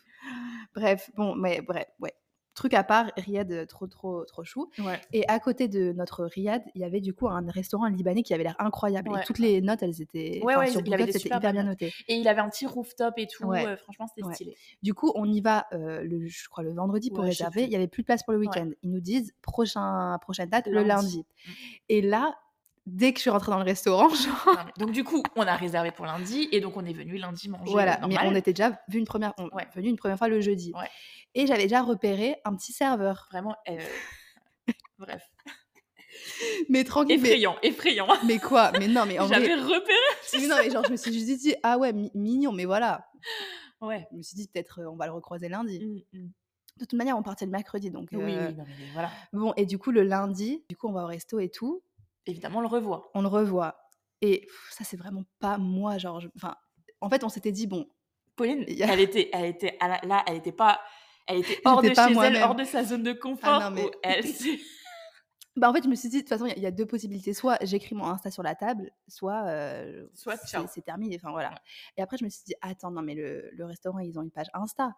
Speaker 1: Bref, bon, mais bref, ouais. Truc à part, Riyad, euh, trop, trop, trop chou.
Speaker 2: Ouais.
Speaker 1: Et à côté de notre Riyad, il y avait du coup un restaurant libanais qui avait l'air incroyable.
Speaker 2: Ouais.
Speaker 1: Et toutes les notes, elles étaient.
Speaker 2: Ouais,
Speaker 1: enfin,
Speaker 2: ouais,
Speaker 1: sur
Speaker 2: il avait
Speaker 1: Google,
Speaker 2: des
Speaker 1: c'était
Speaker 2: super
Speaker 1: hyper bien
Speaker 2: bonnes
Speaker 1: noté.
Speaker 2: Et il avait un petit rooftop et tout.
Speaker 1: Ouais.
Speaker 2: euh, franchement, c'était
Speaker 1: Ouais.
Speaker 2: stylé.
Speaker 1: Du coup, on y va, euh, le, je crois, le vendredi pour
Speaker 2: Ouais, je sais
Speaker 1: réserver.
Speaker 2: plus.
Speaker 1: Il n'y avait plus de place pour le
Speaker 2: Ouais.
Speaker 1: week-end. Ils nous disent prochain, prochaine date, le
Speaker 2: Lundi.
Speaker 1: lundi.
Speaker 2: Mm.
Speaker 1: Et là, dès que je suis rentrée dans le restaurant, genre,
Speaker 2: Non, mais- donc, du coup, on a réservé pour lundi et donc on est venu lundi manger.
Speaker 1: voilà,
Speaker 2: euh,
Speaker 1: mais
Speaker 2: normal.
Speaker 1: on était déjà venu une première, on-
Speaker 2: Ouais.
Speaker 1: venu une première fois le jeudi.
Speaker 2: Ouais.
Speaker 1: Et j'avais déjà repéré un petit serveur,
Speaker 2: Vraiment. euh, Bref.
Speaker 1: mais tranquille, mais,
Speaker 2: Effrayant, effrayant.
Speaker 1: mais quoi Mais non, mais en vrai,
Speaker 2: J'avais repéré.
Speaker 1: Mais non, mais genre, je me suis juste dit, ah ouais, mi- mignon, mais voilà.
Speaker 2: Ouais.
Speaker 1: Je me suis dit, peut-être euh, on va le recroiser lundi.
Speaker 2: Mm, mm.
Speaker 1: De toute manière, on partait le mercredi, donc.
Speaker 2: Oui,
Speaker 1: euh,
Speaker 2: oui, non, mais voilà.
Speaker 1: Bon, et du coup, le lundi, du coup, on va au resto et tout,
Speaker 2: Évidemment, on le revoit.
Speaker 1: on le revoit. Et pff, ça, c'est vraiment pas moi, genre. je- Enfin, en fait, on s'était dit, bon,
Speaker 2: Pauline,
Speaker 1: Il y a-
Speaker 2: elle était, elle était à la- là, elle était pas, elle était hors de
Speaker 1: J'étais pas
Speaker 2: chez elle,
Speaker 1: moi-même.
Speaker 2: hors de sa zone de confort.
Speaker 1: Ah non, mais-
Speaker 2: où elle s'est-
Speaker 1: bah en fait, je me suis dit, de toute façon, il y a- il y, a deux possibilités. Soit j'écris mon Insta sur la table, soit. euh,
Speaker 2: Soit
Speaker 1: c'est-
Speaker 2: ciao.
Speaker 1: C'est terminé, enfin voilà. Et après, je me suis dit, attends, non, mais le, le restaurant, ils ont une page Insta.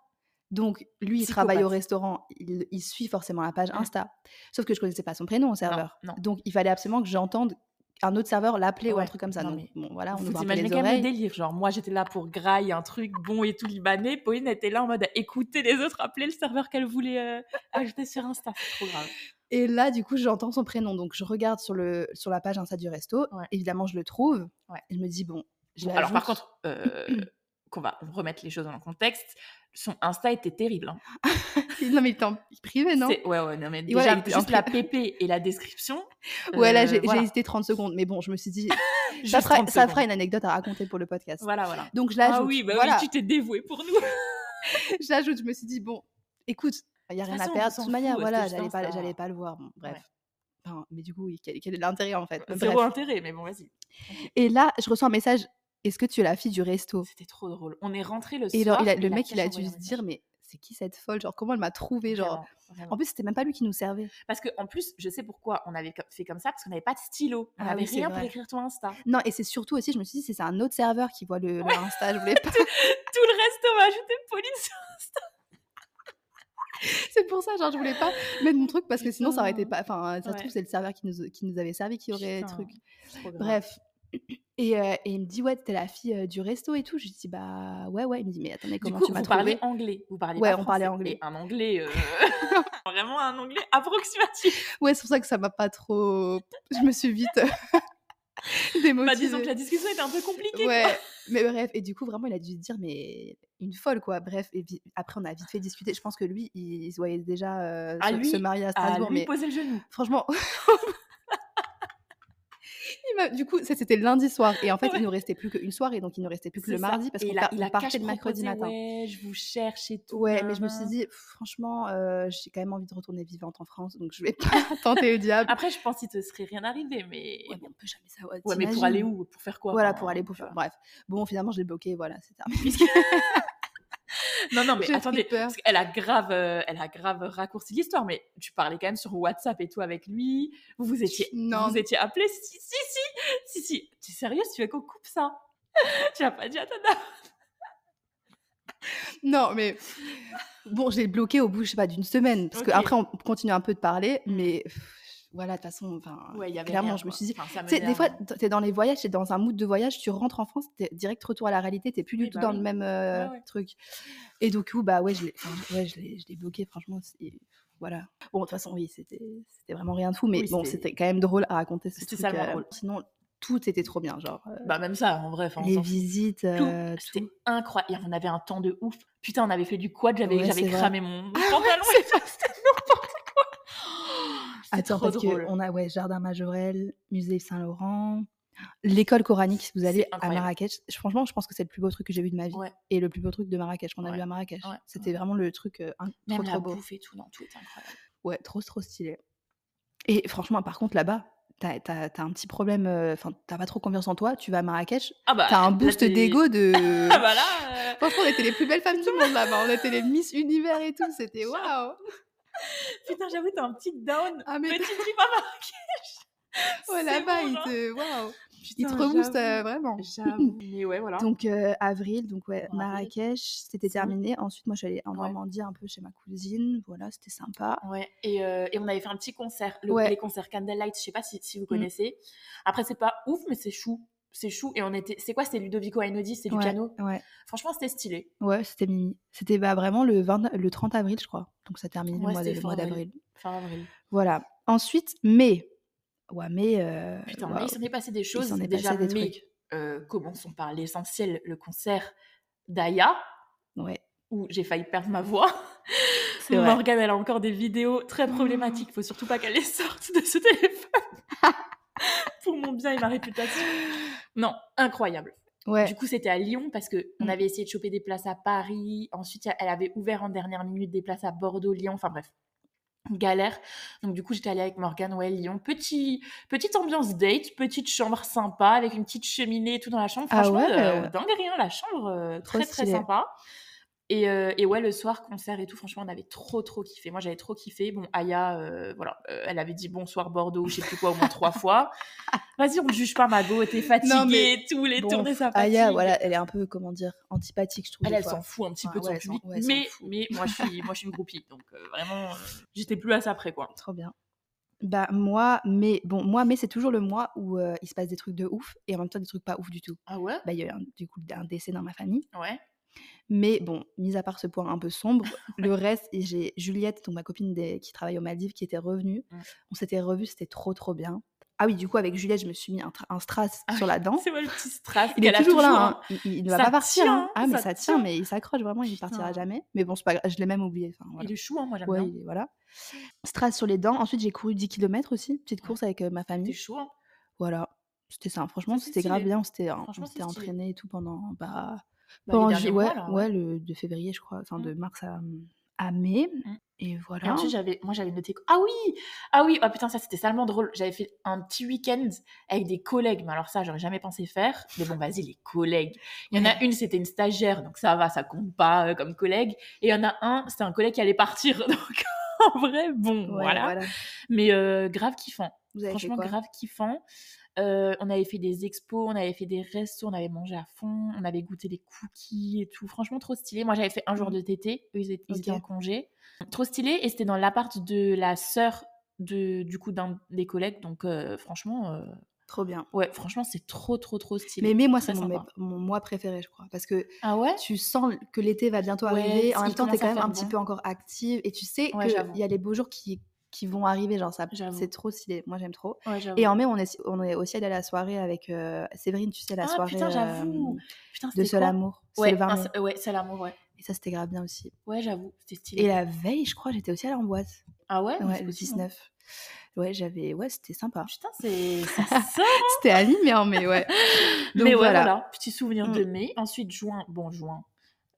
Speaker 1: Donc, lui, il travaille au
Speaker 2: Psychopathe.
Speaker 1: restaurant, il, il suit forcément la page
Speaker 2: Ouais.
Speaker 1: Insta. Sauf que je connaissais pas son prénom au serveur.
Speaker 2: non.
Speaker 1: Donc, il fallait absolument que j'entende un autre serveur l'appeler ou
Speaker 2: Ouais,
Speaker 1: un truc comme ça.
Speaker 2: non,
Speaker 1: Donc, bon, voilà, on
Speaker 2: Vous
Speaker 1: ouvre un peu
Speaker 2: imaginez
Speaker 1: les
Speaker 2: quand même le
Speaker 1: oreilles.
Speaker 2: délire. Genre, moi, j'étais là pour grailler un truc bon et tout libanais. Pauline était là en mode à écouter les autres, appeler le serveur qu'elle voulait euh, ajouter sur Insta. C'est trop grave.
Speaker 1: Et là, du coup, j'entends son prénom. Donc, je regarde sur, le, sur la page Insta du resto.
Speaker 2: Ouais.
Speaker 1: Évidemment, je le trouve.
Speaker 2: Ouais.
Speaker 1: Et je me dis, bon, je
Speaker 2: Bon, alors, par
Speaker 1: l'ajoute.
Speaker 2: contre, euh, qu'on va remettre les choses dans le contexte, son Insta était terrible. hein.
Speaker 1: non, mais il était en privé, non
Speaker 2: C'est- Ouais, ouais, non, mais
Speaker 1: Et ouais,
Speaker 2: déjà,
Speaker 1: il était en
Speaker 2: juste la
Speaker 1: plus-
Speaker 2: PP et la description.
Speaker 1: Ouais, là,
Speaker 2: euh,
Speaker 1: j'ai j'ai
Speaker 2: voilà.
Speaker 1: hésité 30 secondes. Mais bon, je me suis dit,
Speaker 2: Juste
Speaker 1: ça, fera,
Speaker 2: 30
Speaker 1: ça fera
Speaker 2: secondes.
Speaker 1: une anecdote à raconter pour le podcast.
Speaker 2: Voilà, voilà.
Speaker 1: Donc, je l'ajoute.
Speaker 2: Ah oui, bah
Speaker 1: voilà.
Speaker 2: oui, tu t'es dévouée pour nous.
Speaker 1: j'ajoute, je me suis dit, bon, écoute, il n'y a
Speaker 2: De
Speaker 1: rien
Speaker 2: toute
Speaker 1: à
Speaker 2: façon,
Speaker 1: perdre.
Speaker 2: on
Speaker 1: De
Speaker 2: s'en
Speaker 1: toute manière,
Speaker 2: fout,
Speaker 1: voilà,
Speaker 2: est-ce que je
Speaker 1: j'allais pas,
Speaker 2: pense à-
Speaker 1: j'allais pas le voir. Bon, bref.
Speaker 2: Ouais.
Speaker 1: Enfin, mais du coup, oui, quel, quel est l'intérêt en fait Bah, Bref.
Speaker 2: Zéro intérêt, mais bon, vas-y.
Speaker 1: Et là, je reçois un message Est-ce que tu es la fille du resto
Speaker 2: C'était trop drôle. On est rentré le
Speaker 1: Et
Speaker 2: soir.
Speaker 1: genre, il a- le
Speaker 2: la
Speaker 1: mec, il a
Speaker 2: cache
Speaker 1: dû
Speaker 2: envoyé un
Speaker 1: se
Speaker 2: message.
Speaker 1: dire, mais c'est qui cette folle Genre, comment elle m'a trouvé Genre,
Speaker 2: Vraiment, vraiment.
Speaker 1: en plus, c'était même pas lui qui nous servait.
Speaker 2: Parce que en plus, je sais pourquoi on avait co- fait comme ça, parce qu'on n'avait pas de stylo.
Speaker 1: Ah
Speaker 2: On n'avait
Speaker 1: oui, c'est
Speaker 2: rien pour
Speaker 1: vrai.
Speaker 2: écrire ton Insta.
Speaker 1: Non, et c'est surtout aussi, je me suis dit, c'est c'est un autre serveur qui voit le, le Insta. Je voulais pas.
Speaker 2: Tout le reste, on va ajouter Pauline. sur-
Speaker 1: c'est pour ça, genre, je voulais pas mettre mon truc parce que sinon, ça aurait été
Speaker 2: Putain.
Speaker 1: pas. Enfin, ça se
Speaker 2: Ouais.
Speaker 1: trouve, c'est le serveur qui nous, qui nous avait servi qui aurait
Speaker 2: Putain,
Speaker 1: truc.
Speaker 2: c'est trop grave.
Speaker 1: Bref. Et, euh, et il me dit, ouais, t'es la fille euh, du resto et tout. Je lui dis, bah ouais, ouais. Il me dit, mais attendez,
Speaker 2: Du
Speaker 1: comment
Speaker 2: coup,
Speaker 1: tu
Speaker 2: vous
Speaker 1: m'as trouvé
Speaker 2: parlez anglais. Vous parlez
Speaker 1: Ouais,
Speaker 2: pas
Speaker 1: on parlait
Speaker 2: français.
Speaker 1: anglais.
Speaker 2: Et un anglais. euh, Vraiment un anglais approximatif.
Speaker 1: Ouais, c'est pour ça que ça m'a pas trop. Je me suis vite démotivée.
Speaker 2: Bah, disons que la discussion était un peu compliquée.
Speaker 1: Ouais,
Speaker 2: quoi.
Speaker 1: mais bref, et du coup, vraiment, il a dû se dire, mais une folle, quoi. Bref, et vi- après, on a vite fait discuter. Je pense que lui, il, il se voyait déjà euh,
Speaker 2: Ah,
Speaker 1: se,
Speaker 2: lui-
Speaker 1: se marier à
Speaker 2: À
Speaker 1: Strasbourg,
Speaker 2: lui
Speaker 1: mais
Speaker 2: poser le genou.
Speaker 1: franchement. il m'a- du coup, ça c'était le lundi soir, et en fait,
Speaker 2: Ouais.
Speaker 1: il nous restait plus qu'une soirée, donc il nous restait plus que
Speaker 2: C'est
Speaker 1: le
Speaker 2: ça.
Speaker 1: mardi, parce
Speaker 2: Et
Speaker 1: qu'on
Speaker 2: il a-
Speaker 1: par-
Speaker 2: il
Speaker 1: on
Speaker 2: a
Speaker 1: partait
Speaker 2: cache
Speaker 1: le mercredi
Speaker 2: proposé,
Speaker 1: matin.
Speaker 2: Ouais, Ah, je vous cherche et tout.
Speaker 1: Ouais, mais je me suis
Speaker 2: nanana.
Speaker 1: dit, franchement, euh, j'ai quand même envie de retourner vivante en France, donc je vais pas tenter le diable.
Speaker 2: Après, je pense qu'il te serait rien arrivé, mais.
Speaker 1: Ouais, mais on peut jamais savoir.
Speaker 2: Ah, Ouais, mais pour
Speaker 1: t'imagines
Speaker 2: aller où Pour faire quoi
Speaker 1: Voilà,
Speaker 2: Enfin,
Speaker 1: pour aller pour faire. Bref. Bon, finalement, je l'ai bloqué, voilà, c'est terminé.
Speaker 2: Non, non, mais
Speaker 1: J'ai pris
Speaker 2: attendez,
Speaker 1: peur.
Speaker 2: parce qu'elle a grave, euh, elle a grave raccourci l'histoire. Mais tu parlais quand même sur WhatsApp et tout avec lui. Vous vous étiez,
Speaker 1: Non.
Speaker 2: vous étiez appelés. Si, si, si, si, si. T'es sérieuse Tu veux qu'on coupe ça Tu as pas dit à ta dame
Speaker 1: Non, mais bon, j'ai bloqué au bout, je sais pas, d'une semaine. Parce
Speaker 2: Ok.
Speaker 1: qu'après, on continue un peu de parler,
Speaker 2: Mm.
Speaker 1: mais pff, voilà, de toute façon, enfin,
Speaker 2: Ouais, il y avait
Speaker 1: clairement,
Speaker 2: rien,
Speaker 1: je me
Speaker 2: quoi.
Speaker 1: suis dit.
Speaker 2: Enfin, ça me
Speaker 1: Tu sais, des
Speaker 2: énerve.
Speaker 1: fois, t- t'es dans les voyages, t'es dans un mood de voyage, tu rentres en France, t'es direct retour à la réalité, t'es plus du
Speaker 2: Oui,
Speaker 1: tout
Speaker 2: bah
Speaker 1: dans
Speaker 2: oui.
Speaker 1: le même euh,
Speaker 2: Ouais, ouais.
Speaker 1: truc. Et du coup, bah ouais, je l'ai enfin, ouais, je l'ai- je l'ai bloqué, franchement. c'est- Voilà. Bon, de toute façon, oui, c'était c'était vraiment rien de fou, mais
Speaker 2: Oui,
Speaker 1: bon,
Speaker 2: c'était-
Speaker 1: c'était quand même drôle à raconter. ce
Speaker 2: C'était
Speaker 1: truc,
Speaker 2: salement
Speaker 1: euh,
Speaker 2: drôle.
Speaker 1: Sinon, tout était trop bien, genre. euh,
Speaker 2: Bah même ça, en vrai. enfin, on
Speaker 1: les
Speaker 2: s'en fout.
Speaker 1: visites,
Speaker 2: Tout,
Speaker 1: euh, tout.
Speaker 2: C'était incroyable. Et On avait un temps de ouf. Putain, on avait fait du quad. J'avais,
Speaker 1: Ouais,
Speaker 2: j'avais
Speaker 1: c'est vrai.
Speaker 2: cramé mon, mon pantalon. C'était
Speaker 1: Attends,
Speaker 2: trop
Speaker 1: parce
Speaker 2: drôle.
Speaker 1: qu'on a ouais, Jardin Majorel, Musée Saint-Laurent, l'école coranique, si vous allez
Speaker 2: C'est
Speaker 1: à
Speaker 2: incroyable.
Speaker 1: Marrakech. Je- Franchement, je pense que c'est le plus beau truc que j'ai vu de ma vie.
Speaker 2: Ouais.
Speaker 1: Et le plus beau truc de Marrakech qu'on a
Speaker 2: Ouais.
Speaker 1: vu à Marrakech.
Speaker 2: Ouais,
Speaker 1: C'était vraiment le truc euh, inc-
Speaker 2: Même
Speaker 1: trop,
Speaker 2: la
Speaker 1: trop beau.
Speaker 2: bouffe et tout, non, tout était incroyable.
Speaker 1: Ouais, trop, trop stylé. Et franchement, par contre, là-bas, t'as as, un petit problème. euh, Enfin, t'as pas trop confiance en toi. Tu vas à Marrakech,
Speaker 2: Ah bah.
Speaker 1: t'as un
Speaker 2: là,
Speaker 1: boost
Speaker 2: t'es-
Speaker 1: d'ego de.
Speaker 2: Ah bah là. euh,
Speaker 1: Franchement, on était les plus belles femmes du monde là-bas. On était les Miss Univers et tout. C'était waouh!
Speaker 2: Putain, j'avoue, t'as un petit down.
Speaker 1: Ah, mais
Speaker 2: Petit trip à Marrakech.
Speaker 1: ouais,
Speaker 2: C'est
Speaker 1: là-bas,
Speaker 2: bon,
Speaker 1: il
Speaker 2: hein.
Speaker 1: te. Waouh! Il
Speaker 2: Putain,
Speaker 1: te rebooste euh,
Speaker 2: j'avoue.
Speaker 1: vraiment.
Speaker 2: J'avoue. Mais ouais, voilà.
Speaker 1: Donc euh, avril, donc ouais,
Speaker 2: Bon, avril.
Speaker 1: Marrakech, c'était
Speaker 2: Mhm.
Speaker 1: terminé. Ensuite, moi, je suis allée en
Speaker 2: Ouais.
Speaker 1: Normandie un peu chez ma cousine. Voilà, c'était sympa.
Speaker 2: Ouais, et, euh, et on avait fait un petit concert, le-
Speaker 1: Ouais. Mm.
Speaker 2: les concerts Candlelight, je sais pas si, si vous connaissez. Après, c'est pas ouf, mais c'est chou. C'est chou. Et on était. C'est quoi C'est Ludovico Einaudi, c'est du
Speaker 1: ouais,
Speaker 2: piano.
Speaker 1: Ouais,
Speaker 2: Franchement, c'était stylé.
Speaker 1: ouais, c'était mimi. C'était bah, vraiment le, 20 le 30 avril, je crois. Donc ça terminait
Speaker 2: Ouais,
Speaker 1: le mois de-
Speaker 2: c'était
Speaker 1: le mois
Speaker 2: fin
Speaker 1: d'avril.
Speaker 2: Fin avril.
Speaker 1: Voilà. Ensuite, mai. Ouais, mai. euh,
Speaker 2: Putain, mais
Speaker 1: waouh.
Speaker 2: il s'en est passé des
Speaker 1: Il
Speaker 2: choses.
Speaker 1: s'en est
Speaker 2: Déjà,
Speaker 1: passé des
Speaker 2: mais,
Speaker 1: trucs.
Speaker 2: euh, commençons par l'essentiel, le concert d'Aya,
Speaker 1: Ouais,
Speaker 2: où j'ai failli perdre ma voix.
Speaker 1: c'est vrai. Mmh.
Speaker 2: Morgane, elle a encore des vidéos très problématiques. Faut surtout pas qu'elle les sorte de ce téléphone. Pour mon bien et ma réputation. Non, incroyable.
Speaker 1: Ouais.
Speaker 2: Du coup, c'était à Lyon parce que on
Speaker 1: Mm.
Speaker 2: avait essayé de choper des places à Paris. Ensuite, elle avait ouvert en dernière minute des places à Bordeaux, Lyon. Enfin bref, galère. Donc du coup, j'étais allée avec Morgane, ouais, Lyon. Petit, petite ambiance date, petite chambre sympa avec une petite cheminée et tout dans la chambre.
Speaker 1: Ah
Speaker 2: Franchement,
Speaker 1: ouais.
Speaker 2: euh, dingue rien, la chambre euh,
Speaker 1: Trop
Speaker 2: très très
Speaker 1: stylé.
Speaker 2: sympa. Et, euh, et ouais, le soir, concert et tout, franchement, on avait trop, trop kiffé. Moi, j'avais trop kiffé. Bon, Aya, euh, voilà, euh, elle avait dit bonsoir Bordeaux, je sais plus quoi, au moins trois fois. Vas-y, on ne juge pas, Mago, t'es fatiguée,
Speaker 1: Non, mais
Speaker 2: et tout, les
Speaker 1: Bon,
Speaker 2: tournées, ça fatigue.
Speaker 1: Aya, Ah, voilà, elle est un peu, comment dire, antipathique, je trouve.
Speaker 2: Elle,
Speaker 1: des
Speaker 2: Ah elle
Speaker 1: fois.
Speaker 2: s'en fout un petit
Speaker 1: Ouais,
Speaker 2: peu de
Speaker 1: ouais, elle
Speaker 2: son
Speaker 1: s'en-
Speaker 2: public,
Speaker 1: ouais, elle s'en
Speaker 2: mais,
Speaker 1: fout.
Speaker 2: mais moi, je suis, moi, je suis une groupie, donc euh, vraiment, euh, j'étais plus à ça après, quoi.
Speaker 1: Trop bien. Bah moi, mais bon, moi, mais c'est toujours le mois où euh, il se passe des trucs de ouf et en même temps des trucs pas ouf du tout.
Speaker 2: Ah ouais
Speaker 1: Bah, il y a eu un, du coup un décès dans ma famille.
Speaker 2: Ouais.
Speaker 1: Mais
Speaker 2: Mmh.
Speaker 1: bon, mis à part ce point un peu sombre, le reste, et j'ai Juliette, donc ma copine des- qui travaille aux Maldives, qui était revenue.
Speaker 2: Mm.
Speaker 1: On s'était revus, c'était trop trop bien. Ah oui, du coup, avec Juliette, je me suis mis un, tra- un strass
Speaker 2: Ah
Speaker 1: sur la dent.
Speaker 2: C'est moi le petit strass
Speaker 1: Hein? Il est
Speaker 2: qu'elle a
Speaker 1: toujours là,
Speaker 2: hein.
Speaker 1: hein. il, il- il ne va
Speaker 2: Ça
Speaker 1: pas partir.
Speaker 2: tient,
Speaker 1: hein. Ah mais
Speaker 2: ça
Speaker 1: ça, tient,
Speaker 2: tient.
Speaker 1: mais il s'accroche vraiment, il ne partira
Speaker 2: Putain.
Speaker 1: jamais. Mais bon, c'est pas grave, je l'ai même oublié. Enfin, voilà.
Speaker 2: Il est chou, hein, moi, j'aime
Speaker 1: Ouais,
Speaker 2: bien.
Speaker 1: il est- voilà. Strass sur les dents. Ensuite, j'ai couru 10 km aussi, petite course avec euh, ma
Speaker 2: Il est
Speaker 1: famille.
Speaker 2: chou, hein.
Speaker 1: Voilà. C'était ça. hein. Franchement,
Speaker 2: c'est
Speaker 1: c'était grave
Speaker 2: stylé.
Speaker 1: bien. On s'était on
Speaker 2: Franchement, c'est
Speaker 1: s'était
Speaker 2: stylé.
Speaker 1: entraîné et tout pendant. Bah,
Speaker 2: Bah, les
Speaker 1: pendant
Speaker 2: derniers
Speaker 1: ju-
Speaker 2: mois,
Speaker 1: ouais,
Speaker 2: là,
Speaker 1: ouais, le de février, je crois. Enfin,
Speaker 2: Mm.
Speaker 1: de mars à, mmh, à mai.
Speaker 2: Mm.
Speaker 1: Et
Speaker 2: Et
Speaker 1: voilà.
Speaker 2: ensuite, j'avais, moi, j'avais noté. Ah oui, ah oui, ah putain, ça c'était salement drôle. J'avais fait un petit week-end avec des collègues, mais alors ça, j'aurais jamais pensé faire. Mais bon, vas-y, les collègues. Il y en a une, c'était une stagiaire, donc ça va, ça compte pas euh, comme collègue. Et il y en a un, c'était un collègue qui allait partir. Donc en vrai, bon,
Speaker 1: Ouais,
Speaker 2: voilà. Mais euh, grave kiffant.
Speaker 1: Vous avez fait
Speaker 2: Franchement,
Speaker 1: quoi
Speaker 2: grave kiffant. Euh, on avait fait des expos, on avait fait des restos, on avait mangé à fond, on avait goûté les cookies et tout. Franchement, trop stylé. Moi, j'avais fait un jour de TT. Eux, ils, étaient- ils étaient
Speaker 1: Mmh. Ok.
Speaker 2: en congé. Trop stylé. Et c'était dans l'appart de la sœur de, du coup d'un des collègues. Donc, euh, franchement, euh,
Speaker 1: Trop bien.
Speaker 2: ouais, franchement, c'est trop, trop, trop
Speaker 1: Mais
Speaker 2: stylé.
Speaker 1: mai, moi,
Speaker 2: Très
Speaker 1: c'est mon, mai-
Speaker 2: sympa.
Speaker 1: mon mois préféré, je crois. Parce que
Speaker 2: Ah ouais
Speaker 1: tu sens que l'été va bientôt
Speaker 2: Ouais,
Speaker 1: arriver. En
Speaker 2: il
Speaker 1: même temps, tu es
Speaker 2: commence
Speaker 1: quand
Speaker 2: à
Speaker 1: même
Speaker 2: faire
Speaker 1: un petit
Speaker 2: bon.
Speaker 1: peu encore active. Et tu sais
Speaker 2: Ouais,
Speaker 1: qu'il
Speaker 2: j'avoue.
Speaker 1: y a les beaux jours qui, qui vont arriver. Genre, ça,
Speaker 2: J'avoue.
Speaker 1: c'est trop stylé. Moi, j'aime trop.
Speaker 2: Ouais, j'avoue.
Speaker 1: Et en mai, on est, on est aussi allé à la soirée avec euh, Séverine, tu sais, la
Speaker 2: Ah,
Speaker 1: soirée
Speaker 2: putain, j'avoue.
Speaker 1: euh,
Speaker 2: Putain,
Speaker 1: de
Speaker 2: c'était
Speaker 1: Seul
Speaker 2: quoi
Speaker 1: Amour. C'est
Speaker 2: Ouais,
Speaker 1: le 20
Speaker 2: un
Speaker 1: mai.
Speaker 2: seul- ouais, c'est l'amour, ouais.
Speaker 1: Et ça, c'était grave bien aussi.
Speaker 2: Ouais, j'avoue, c'était stylé.
Speaker 1: Et la veille, je crois, j'étais aussi à l'Amboise.
Speaker 2: Ah ouais,
Speaker 1: Ouais,
Speaker 2: c'est
Speaker 1: le
Speaker 2: possible, hein.
Speaker 1: 19. Ouais, j'avais. Ouais, c'était sympa.
Speaker 2: Putain, c'est ça sort.
Speaker 1: C'était animé en mai, ouais. Donc
Speaker 2: mais ouais, voilà.
Speaker 1: voilà.
Speaker 2: petit souvenir de
Speaker 1: Mm.
Speaker 2: mai. Ensuite, juin, bon, juin,